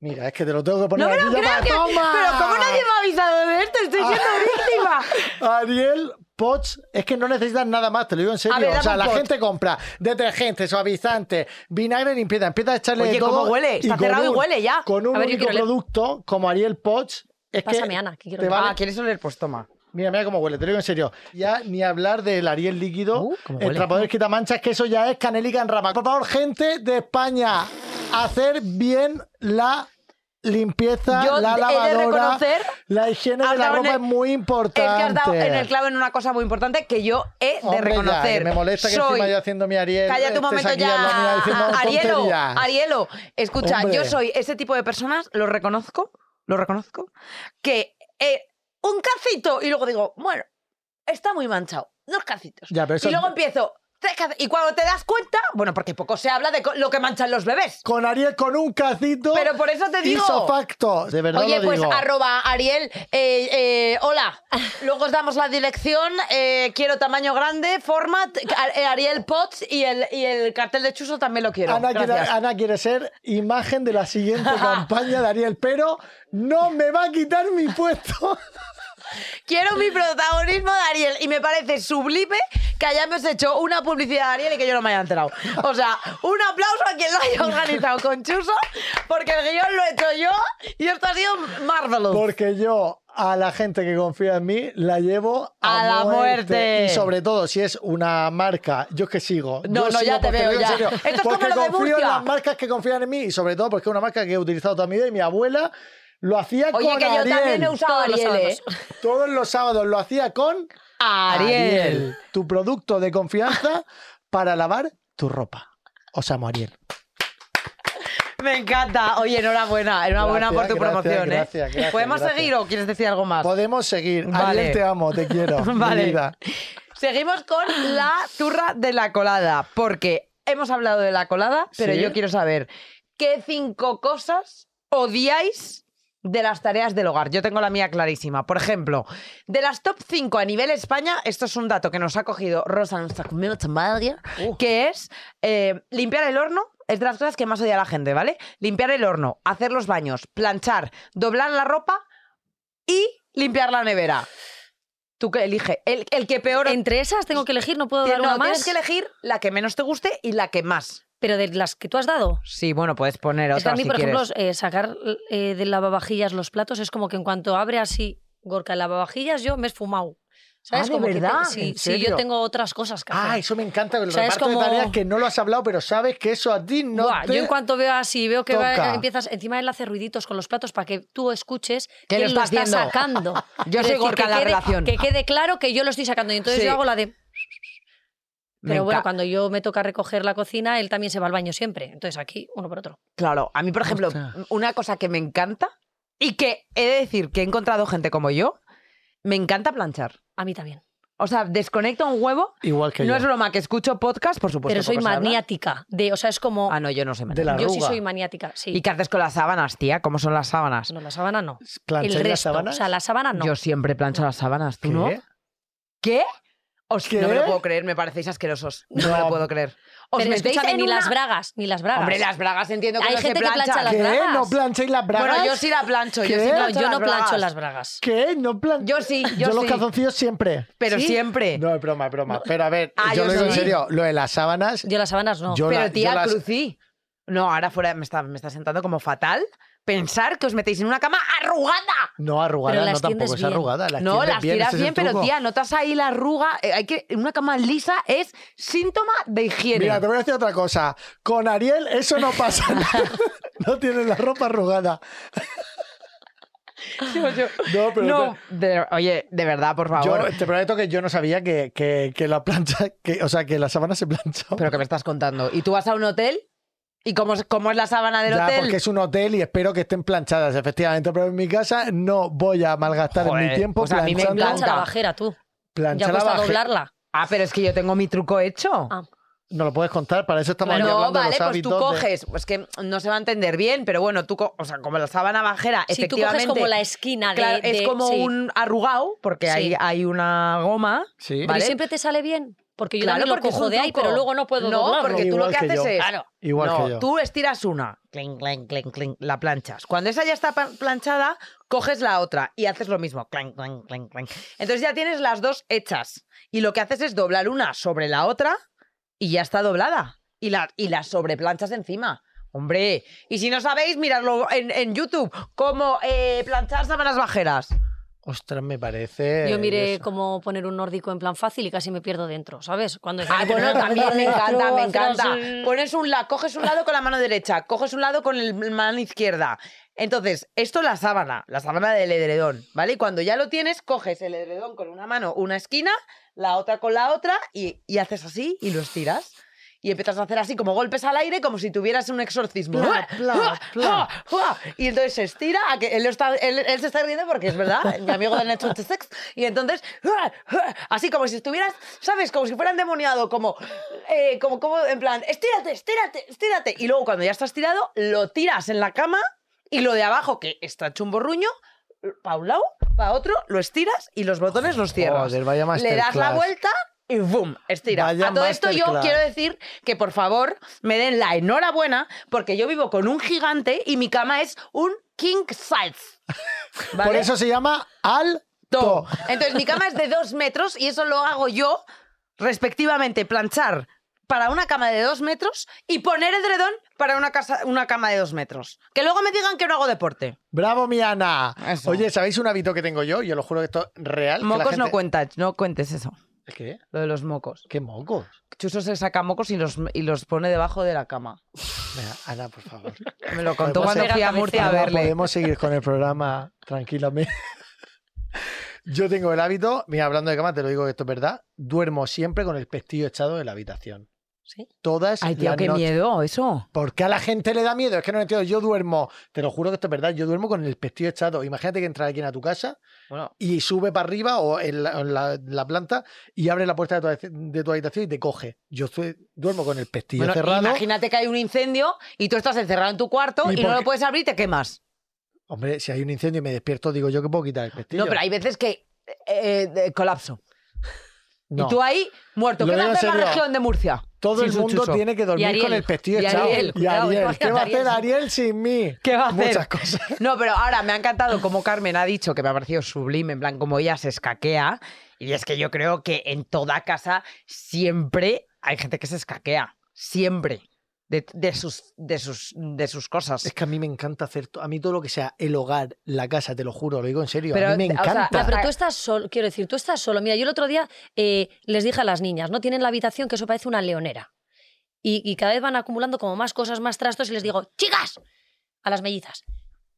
[SPEAKER 3] Mira, es que te lo tengo que poner
[SPEAKER 4] No me
[SPEAKER 3] aquí ya
[SPEAKER 4] lo creo
[SPEAKER 3] para-
[SPEAKER 4] que.
[SPEAKER 3] ¡Toma! Ah.
[SPEAKER 4] Pero como nadie me ha avisado de esto, estoy siendo víctima.
[SPEAKER 3] Ariel Pots, es que no necesitas nada más, te lo digo en serio.
[SPEAKER 4] ver, dame
[SPEAKER 3] o sea,
[SPEAKER 4] un
[SPEAKER 3] la
[SPEAKER 4] pot.
[SPEAKER 3] gente compra detergente, suavizante, vinagre limpieza, empieza a echarle
[SPEAKER 4] Oye,
[SPEAKER 3] de todo.
[SPEAKER 4] ¿cómo huele? Está
[SPEAKER 3] con
[SPEAKER 4] cerrado y
[SPEAKER 3] un-
[SPEAKER 4] huele ya.
[SPEAKER 3] Con un
[SPEAKER 6] A ver, yo
[SPEAKER 3] único
[SPEAKER 6] quiero leer.
[SPEAKER 3] producto como Ariel Pots, es
[SPEAKER 6] Pásame,
[SPEAKER 3] que
[SPEAKER 6] Ana, que quiero
[SPEAKER 3] te
[SPEAKER 6] leer.
[SPEAKER 3] vale-
[SPEAKER 4] Ah, ¿quieres oler? Pues toma.
[SPEAKER 3] Mira, mira cómo huele, te lo digo en serio. Ya ni hablar del Ariel líquido,
[SPEAKER 4] Uh, cómo
[SPEAKER 3] el
[SPEAKER 4] huele.
[SPEAKER 3] trapoder quita manchas, que eso ya es canelica en rama. Por favor, gente de España, hacer bien la limpieza,
[SPEAKER 4] Yo
[SPEAKER 3] la
[SPEAKER 4] he de
[SPEAKER 3] lavadora,
[SPEAKER 4] reconocer-
[SPEAKER 3] la higiene de
[SPEAKER 4] Has
[SPEAKER 3] la
[SPEAKER 4] dado en
[SPEAKER 3] ropa
[SPEAKER 4] el-
[SPEAKER 3] es muy
[SPEAKER 4] Es que
[SPEAKER 3] importante.
[SPEAKER 4] has dado en el clavo en una cosa muy importante que yo he de
[SPEAKER 3] Hombre, ya,
[SPEAKER 4] reconocer.
[SPEAKER 3] que me molesta que
[SPEAKER 4] soy...
[SPEAKER 3] encima yo haciendo mi Ariel. este,
[SPEAKER 4] Cállate
[SPEAKER 3] estés
[SPEAKER 4] un momento
[SPEAKER 3] aquí al lado mío
[SPEAKER 4] ya. ah,
[SPEAKER 3] diciendo
[SPEAKER 4] Arielo,
[SPEAKER 3] tonterías.
[SPEAKER 4] Arielo, escucha,
[SPEAKER 3] Hombre.
[SPEAKER 4] yo soy ese tipo de personas, lo reconozco, lo reconozco, que eh, un cacito y luego digo, bueno, está muy manchado, dos cacitos.
[SPEAKER 3] Ya, pero eso-
[SPEAKER 4] Y luego empiezo, tres caci- y cuando te das cuenta, bueno, porque poco se habla de co- lo que manchan los bebés.
[SPEAKER 3] Con Ariel con un cacito.
[SPEAKER 4] Pero por eso te digo.
[SPEAKER 3] Isofacto. De verdad
[SPEAKER 4] Oye,
[SPEAKER 3] lo
[SPEAKER 4] pues
[SPEAKER 3] digo.
[SPEAKER 4] arroba Ariel, eh, eh,
[SPEAKER 3] [laughs]
[SPEAKER 4] hola. Luego os damos la dirección. eh, quiero tamaño grande, format, a- eh, Ariel Potts y el, y el cartel de Chuso también lo quiero.
[SPEAKER 3] Ana quiere,
[SPEAKER 4] Gracias.
[SPEAKER 3] Ana quiere ser imagen de la
[SPEAKER 4] [laughs]
[SPEAKER 3] siguiente campaña de Ariel, pero no me va a quitar mi puesto.
[SPEAKER 4] [laughs] Quiero mi protagonismo de Ariel y me parece sublime que hayamos hecho una publicidad de Ariel y que yo no me haya enterado. O sea, un aplauso a quien lo haya organizado con Chuso, porque el guión lo he hecho yo y esto ha sido marvelous.
[SPEAKER 3] Porque yo a la gente que confía en mí la llevo a,
[SPEAKER 4] A la muerte.
[SPEAKER 3] Y sobre todo si es una marca, yo es que sigo.
[SPEAKER 4] No,
[SPEAKER 3] Yo
[SPEAKER 4] no,
[SPEAKER 3] sigo
[SPEAKER 4] ya te
[SPEAKER 3] porque
[SPEAKER 4] veo,
[SPEAKER 3] digo en
[SPEAKER 4] ya.
[SPEAKER 3] serio,
[SPEAKER 4] Esto es como
[SPEAKER 3] porque
[SPEAKER 4] lo de
[SPEAKER 3] confío
[SPEAKER 4] Murcia.
[SPEAKER 3] en las marcas que confían en mí y sobre todo porque es una marca que he utilizado toda mi vida y mi abuela lo hacía
[SPEAKER 4] Oye,
[SPEAKER 3] con
[SPEAKER 4] que yo
[SPEAKER 3] Ariel.
[SPEAKER 4] también he usado
[SPEAKER 6] Todos los
[SPEAKER 4] Ariel, ¿eh?
[SPEAKER 6] sábados.
[SPEAKER 3] Todos los sábados lo hacía con
[SPEAKER 4] Ariel.
[SPEAKER 3] tu producto de confianza para lavar tu ropa. Os amo, Ariel.
[SPEAKER 4] Me encanta. Oye, enhorabuena. Enhorabuena
[SPEAKER 3] Gracias,
[SPEAKER 4] por tu
[SPEAKER 3] gracias,
[SPEAKER 4] promoción. ¿eh?
[SPEAKER 3] gracias, gracias,
[SPEAKER 4] ¿Podemos
[SPEAKER 3] gracias.
[SPEAKER 4] seguir o quieres decir algo más?
[SPEAKER 3] Podemos seguir.
[SPEAKER 4] Ah. Vale.
[SPEAKER 3] Ariel, te amo, te
[SPEAKER 4] [laughs]
[SPEAKER 3] quiero. mi
[SPEAKER 4] Vale.
[SPEAKER 3] vida.
[SPEAKER 4] Seguimos con la turra de la colada. Porque hemos hablado de la colada, pero
[SPEAKER 3] Sí.
[SPEAKER 4] yo quiero saber qué cinco cosas odiáis de las tareas del hogar. Yo tengo la mía clarísima. Por ejemplo, de las top 5 a nivel España, esto es un dato que nos ha cogido Rosa Maria, que es eh, limpiar el horno. Es de las cosas que más odia la gente, ¿vale? Limpiar el horno, hacer los baños, planchar, doblar la ropa y limpiar la nevera. ¿Tú qué elige? El, el que peor...
[SPEAKER 6] Entre esas tengo que elegir, no puedo dar
[SPEAKER 4] Tien-
[SPEAKER 6] una
[SPEAKER 4] no, tienes
[SPEAKER 6] más.
[SPEAKER 4] que elegir la que menos te guste y la que más.
[SPEAKER 6] Pero de las que tú has dado.
[SPEAKER 4] Sí, bueno, puedes poner
[SPEAKER 6] Es que
[SPEAKER 4] otra
[SPEAKER 6] a mí,
[SPEAKER 4] si
[SPEAKER 6] por
[SPEAKER 4] quieres.
[SPEAKER 6] ejemplo, eh, sacar eh, del lavavajillas los platos es como que en cuanto abre así Gorka el lavavajillas, yo me he esfumado. ¿Sabes?
[SPEAKER 4] Ah, ¿de
[SPEAKER 6] como que te-
[SPEAKER 4] verdad?
[SPEAKER 6] sí,
[SPEAKER 3] ¿En
[SPEAKER 6] sí,
[SPEAKER 3] serio?
[SPEAKER 6] yo tengo otras cosas que hacer.
[SPEAKER 3] Ah, eso me encanta, el
[SPEAKER 6] O sea, es
[SPEAKER 3] reparto
[SPEAKER 6] como-
[SPEAKER 3] de tareas que no lo has hablado, pero sabes que eso a ti no
[SPEAKER 6] Buah,
[SPEAKER 3] te...
[SPEAKER 6] Yo en cuanto veo así, veo que va-
[SPEAKER 3] toca.
[SPEAKER 6] empiezas, encima él hace ruiditos con los platos para que tú escuches
[SPEAKER 4] Que
[SPEAKER 6] que
[SPEAKER 4] lo
[SPEAKER 6] él lo
[SPEAKER 4] está
[SPEAKER 6] está
[SPEAKER 4] haciendo.
[SPEAKER 6] sacando.
[SPEAKER 4] [laughs] Yo
[SPEAKER 6] Quiero
[SPEAKER 4] soy
[SPEAKER 6] decir,
[SPEAKER 4] Gorka
[SPEAKER 6] que
[SPEAKER 4] en la
[SPEAKER 6] quede-
[SPEAKER 4] relación.
[SPEAKER 6] Que quede claro que yo lo estoy sacando y entonces
[SPEAKER 4] Sí.
[SPEAKER 6] yo hago la de...
[SPEAKER 4] Me
[SPEAKER 6] Pero bueno,
[SPEAKER 4] enca-
[SPEAKER 6] cuando yo me toca recoger la cocina, él también se va al baño siempre. Entonces aquí, uno por otro.
[SPEAKER 4] Claro, a mí, por ejemplo, una cosa que me encanta y que he de decir que he encontrado gente como yo, me encanta planchar.
[SPEAKER 6] A mí también.
[SPEAKER 4] O sea, desconecto un huevo.
[SPEAKER 3] Igual que
[SPEAKER 4] no
[SPEAKER 3] yo.
[SPEAKER 4] es broma, que escucho podcast, por supuesto.
[SPEAKER 6] pero soy
[SPEAKER 4] poco se habla.
[SPEAKER 6] maniática. De, o sea, es como.
[SPEAKER 4] Ah, no, yo no sé.
[SPEAKER 3] De
[SPEAKER 4] manejar.
[SPEAKER 3] la
[SPEAKER 6] yo sí
[SPEAKER 3] arruga.
[SPEAKER 6] soy maniática, sí.
[SPEAKER 4] ¿Y qué haces con las sábanas, tía? ¿Cómo son las sábanas?
[SPEAKER 6] No, la sábana no.
[SPEAKER 3] ¿Plancháis
[SPEAKER 6] El
[SPEAKER 3] las
[SPEAKER 6] resto. O
[SPEAKER 3] sábanas?
[SPEAKER 6] sea, la sábana no.
[SPEAKER 4] Yo siempre plancho las sábanas, ¿tú
[SPEAKER 3] ¿Qué?
[SPEAKER 4] no? ¿Qué? Os,
[SPEAKER 3] ¿Qué?
[SPEAKER 4] No me lo puedo creer, me parecéis asquerosos. No, me
[SPEAKER 3] No.
[SPEAKER 4] lo puedo creer. Os
[SPEAKER 6] Pero
[SPEAKER 4] metéis
[SPEAKER 6] escúchame,
[SPEAKER 4] en
[SPEAKER 6] ni
[SPEAKER 4] una-
[SPEAKER 6] las bragas, ni las bragas.
[SPEAKER 4] Hombre, las bragas entiendo que
[SPEAKER 6] Hay
[SPEAKER 4] no se
[SPEAKER 6] gente que plancha
[SPEAKER 4] planchan.
[SPEAKER 6] las
[SPEAKER 3] ¿Qué?
[SPEAKER 6] bragas?
[SPEAKER 3] ¿No plancháis las bragas?
[SPEAKER 4] Bueno, yo sí la plancho. Yo
[SPEAKER 3] ¿Qué?
[SPEAKER 4] sí
[SPEAKER 6] No,
[SPEAKER 4] plancho
[SPEAKER 6] yo
[SPEAKER 4] las
[SPEAKER 6] no plancho
[SPEAKER 4] bragas.
[SPEAKER 6] las bragas.
[SPEAKER 3] ¿Qué? ¿No plan...
[SPEAKER 4] Yo sí, yo,
[SPEAKER 3] los
[SPEAKER 4] sí.
[SPEAKER 3] calzoncillos siempre.
[SPEAKER 4] Pero
[SPEAKER 6] ¿Sí?
[SPEAKER 4] siempre.
[SPEAKER 3] No, es broma, es broma. Pero a ver,
[SPEAKER 4] Ah,
[SPEAKER 3] yo,
[SPEAKER 4] yo
[SPEAKER 3] lo digo en
[SPEAKER 4] sí.
[SPEAKER 3] serio. Lo de las sábanas,
[SPEAKER 6] Yo las sábanas no.
[SPEAKER 3] Yo-
[SPEAKER 4] pero
[SPEAKER 3] la-
[SPEAKER 4] tía,
[SPEAKER 3] yo las-
[SPEAKER 4] crucí. No, ahora fuera me está, me está sentando como fatal pensar que os metéis en una cama arrugada.
[SPEAKER 3] no
[SPEAKER 6] Pero
[SPEAKER 3] arrugada,
[SPEAKER 6] las
[SPEAKER 3] no tampoco
[SPEAKER 6] tiendes
[SPEAKER 3] es
[SPEAKER 6] bien.
[SPEAKER 3] arrugada. Las
[SPEAKER 4] no,
[SPEAKER 3] tiendes
[SPEAKER 4] las
[SPEAKER 3] bien,
[SPEAKER 4] tiras
[SPEAKER 3] ese es el
[SPEAKER 4] bien, pero
[SPEAKER 3] truco.
[SPEAKER 4] tía, notas ahí la arruga. Eh, Hay que, una cama lisa es síntoma de higiene.
[SPEAKER 3] Mira, te voy a decir otra cosa. Con Ariel eso no [laughs] pasa. nada. no tienes la ropa arrugada.
[SPEAKER 4] [laughs] Yo- yo-
[SPEAKER 3] No, pero
[SPEAKER 4] No, de- oye, de verdad, por
[SPEAKER 3] te-
[SPEAKER 4] favor.
[SPEAKER 3] yo te prometo que yo no sabía que, que, que la plancha, que, o sea, que la sábana se plancha.
[SPEAKER 4] Pero que me estás contando. ¿Y tú vas a un hotel? ¿Y cómo es, cómo es la sábana del
[SPEAKER 3] ya,
[SPEAKER 4] hotel?
[SPEAKER 3] porque es un hotel y espero que estén planchadas, efectivamente. Pero en mi casa no voy a malgastar
[SPEAKER 4] Joder,
[SPEAKER 3] mi tiempo
[SPEAKER 4] pues a mí me
[SPEAKER 3] planchando.
[SPEAKER 6] Plancha la
[SPEAKER 4] Blanca.
[SPEAKER 6] bajera, tú.
[SPEAKER 3] Plancha
[SPEAKER 6] Ya
[SPEAKER 3] la
[SPEAKER 6] cuesta
[SPEAKER 3] baje-
[SPEAKER 6] doblarla.
[SPEAKER 4] Ah, pero es que yo tengo mi truco hecho.
[SPEAKER 6] Ah,
[SPEAKER 3] No lo puedes contar, para eso estamos aquí
[SPEAKER 4] no,
[SPEAKER 3] hablando
[SPEAKER 4] vale,
[SPEAKER 3] de los
[SPEAKER 4] pues tú
[SPEAKER 3] hábitos. de-
[SPEAKER 4] coges, pues que no se va a entender bien, pero bueno, tú, co- o sea, como la sábana bajera,
[SPEAKER 6] Si tú
[SPEAKER 4] efectivamente.
[SPEAKER 6] coges como la esquina de.
[SPEAKER 4] claro, es
[SPEAKER 6] de-
[SPEAKER 4] como
[SPEAKER 6] sí.
[SPEAKER 4] un arrugado, porque
[SPEAKER 6] Sí.
[SPEAKER 4] hay, hay una goma.
[SPEAKER 3] Sí.
[SPEAKER 6] Pero
[SPEAKER 4] ¿vale?
[SPEAKER 6] siempre te sale bien. Porque yo
[SPEAKER 4] Claro,
[SPEAKER 6] también lo
[SPEAKER 4] porque es
[SPEAKER 6] cojo
[SPEAKER 4] un
[SPEAKER 6] de ahí,
[SPEAKER 4] truco.
[SPEAKER 6] pero luego no puedo
[SPEAKER 4] No,
[SPEAKER 6] doblarlo.
[SPEAKER 4] porque tú
[SPEAKER 3] Igual
[SPEAKER 4] lo que,
[SPEAKER 3] que
[SPEAKER 4] haces
[SPEAKER 3] yo.
[SPEAKER 4] es.
[SPEAKER 6] Claro.
[SPEAKER 3] Igual
[SPEAKER 4] no,
[SPEAKER 3] que yo.
[SPEAKER 4] Tú estiras una, clink, clink, clink, clink, la planchas. Cuando esa ya está pa- planchada, coges la otra y haces lo mismo, clink, clink, clink, clink. Entonces ya tienes las dos hechas. Y lo que haces es doblar una sobre la otra y ya está doblada. Y la, y la sobreplanchas encima. Hombre, y si no sabéis, miradlo en, en YouTube, como eh, planchar sábanas bajeras.
[SPEAKER 3] Ostras, me parece.
[SPEAKER 6] Yo miré
[SPEAKER 3] eso.
[SPEAKER 6] cómo poner un nórdico en plan fácil y casi me pierdo dentro, ¿sabes? Cuando
[SPEAKER 4] Ah, bueno, también
[SPEAKER 6] [laughs]
[SPEAKER 4] me encanta, me encanta. Pones un la, coges un lado con la mano derecha, coges un lado con el- la mano izquierda. Entonces, esto es la sábana, la sábana del edredón, ¿vale? Y cuando ya lo tienes, coges el edredón con una mano, una esquina, la otra con la otra y, y haces así y lo estiras. Y empiezas a hacer así como golpes al aire, como si tuvieras un exorcismo.
[SPEAKER 3] Pla, pla, pla.
[SPEAKER 4] Y entonces se estira, a que él, lo está- él- él se está riendo porque es
[SPEAKER 3] [laughs]
[SPEAKER 4] verdad, mi amigo del Nacho este Sex. Y entonces, así como si estuvieras, ¿sabes? Como si fuera endemoniado, como, eh, como, como en plan, estírate, estírate, estírate. Y luego cuando ya estás tirado, lo tiras en la cama y lo de abajo, que está hecho un borruño, pa' un lado, pa' otro, lo estiras y los botones los cierras.
[SPEAKER 3] Joder, vaya
[SPEAKER 4] Le das la
[SPEAKER 3] masterclass.
[SPEAKER 4] vuelta y ¡boom! Estira.
[SPEAKER 3] Vaya
[SPEAKER 4] a todo esto yo
[SPEAKER 3] masterclass.
[SPEAKER 4] quiero decir que por favor me den la enhorabuena porque yo vivo con un gigante y mi cama es un king size.
[SPEAKER 3] [laughs]
[SPEAKER 4] ¿Vale?
[SPEAKER 3] Por eso se llama Al.
[SPEAKER 4] To. Entonces mi cama es de dos metros y eso lo hago yo respectivamente planchar para una cama de dos metros y poner edredón para una, casa, una cama de dos metros. Que luego me digan que no hago deporte.
[SPEAKER 3] Bravo, Miana.
[SPEAKER 4] Eso.
[SPEAKER 3] Oye, ¿sabéis un hábito que tengo yo? Yo lo juro que esto es real. que la
[SPEAKER 4] Mocos no
[SPEAKER 3] gente-
[SPEAKER 4] cuentas, no cuentes eso,
[SPEAKER 3] ¿Qué?
[SPEAKER 4] lo de los mocos.
[SPEAKER 3] ¿Qué mocos?
[SPEAKER 4] Chuso se saca mocos y los, y los pone debajo de la cama.
[SPEAKER 3] Venga, Ana, por favor.
[SPEAKER 4] [laughs] Me lo contó
[SPEAKER 3] Podemos
[SPEAKER 4] cuando
[SPEAKER 3] seguir-
[SPEAKER 4] fui a Murcia a
[SPEAKER 3] Ana,
[SPEAKER 4] verle.
[SPEAKER 3] Podemos seguir con el programa tranquilamente. [laughs] Yo tengo el hábito, mira, hablando de cama, te lo digo que esto es verdad. Duermo siempre con el pestillo echado de la habitación.
[SPEAKER 6] Sí.
[SPEAKER 3] Todas
[SPEAKER 4] Ay, tío,
[SPEAKER 3] las
[SPEAKER 4] qué
[SPEAKER 3] noches.
[SPEAKER 4] miedo eso.
[SPEAKER 3] ¿Por qué a la gente le da miedo? Es que no lo entiendo. Yo duermo, te lo juro que esto es verdad, yo duermo con el pestillo echado. Imagínate que entra alguien a tu casa y sube para arriba o en la, en la- en la planta y abre la puerta de tu, de tu habitación y te coge. Yo estoy- duermo con el pestillo
[SPEAKER 4] Bueno,
[SPEAKER 3] cerrado.
[SPEAKER 4] Imagínate que hay un incendio y tú estás encerrado en tu cuarto
[SPEAKER 3] ¿Y
[SPEAKER 4] y,
[SPEAKER 3] por
[SPEAKER 4] no lo
[SPEAKER 3] qué?
[SPEAKER 4] puedes abrir y te quemas.
[SPEAKER 3] Hombre, si hay un incendio y me despierto, digo yo que puedo quitar el pestillo.
[SPEAKER 4] No, pero hay veces que eh, eh, de- colapso.
[SPEAKER 3] No.
[SPEAKER 4] Y tú ahí muerto.
[SPEAKER 3] Lo
[SPEAKER 4] ¿Qué va a
[SPEAKER 3] digo en
[SPEAKER 4] hacer la
[SPEAKER 3] serio.
[SPEAKER 4] región de Murcia?
[SPEAKER 3] Todo
[SPEAKER 4] Sí,
[SPEAKER 3] el
[SPEAKER 4] su
[SPEAKER 3] mundo
[SPEAKER 4] chucho.
[SPEAKER 3] tiene que dormir
[SPEAKER 6] Ariel.
[SPEAKER 3] con el pestillo
[SPEAKER 4] Y
[SPEAKER 3] echado.
[SPEAKER 4] Ariel,
[SPEAKER 3] y
[SPEAKER 6] cuidado,
[SPEAKER 3] Ariel. ¿Qué va a hacer
[SPEAKER 6] imagínate a Ariel.
[SPEAKER 3] Ariel sin mí?
[SPEAKER 4] [laughs] ¿Qué va a hacer?
[SPEAKER 3] Muchas cosas.
[SPEAKER 4] No, pero ahora me ha encantado como Carmen ha dicho, que me ha parecido sublime, en plan, como ella se escaquea. Y es que yo creo que en toda casa siempre hay gente que se escaquea. Siempre. De, de sus, de, sus, de sus cosas.
[SPEAKER 3] Es que a mí me encanta hacer. to- A mí todo lo que sea el hogar, la casa, te lo juro, lo digo en serio.
[SPEAKER 4] Pero,
[SPEAKER 3] a mí me
[SPEAKER 4] o sea,
[SPEAKER 3] encanta.
[SPEAKER 6] Ya, Ah, pero tú estás solo, quiero decir, tú estás solo. Mira, yo el otro día eh, les dije a las niñas, no tienen la habitación que eso parece una leonera. Y, y cada vez van acumulando como más cosas, más trastos y les digo, chicas, a las mellizas,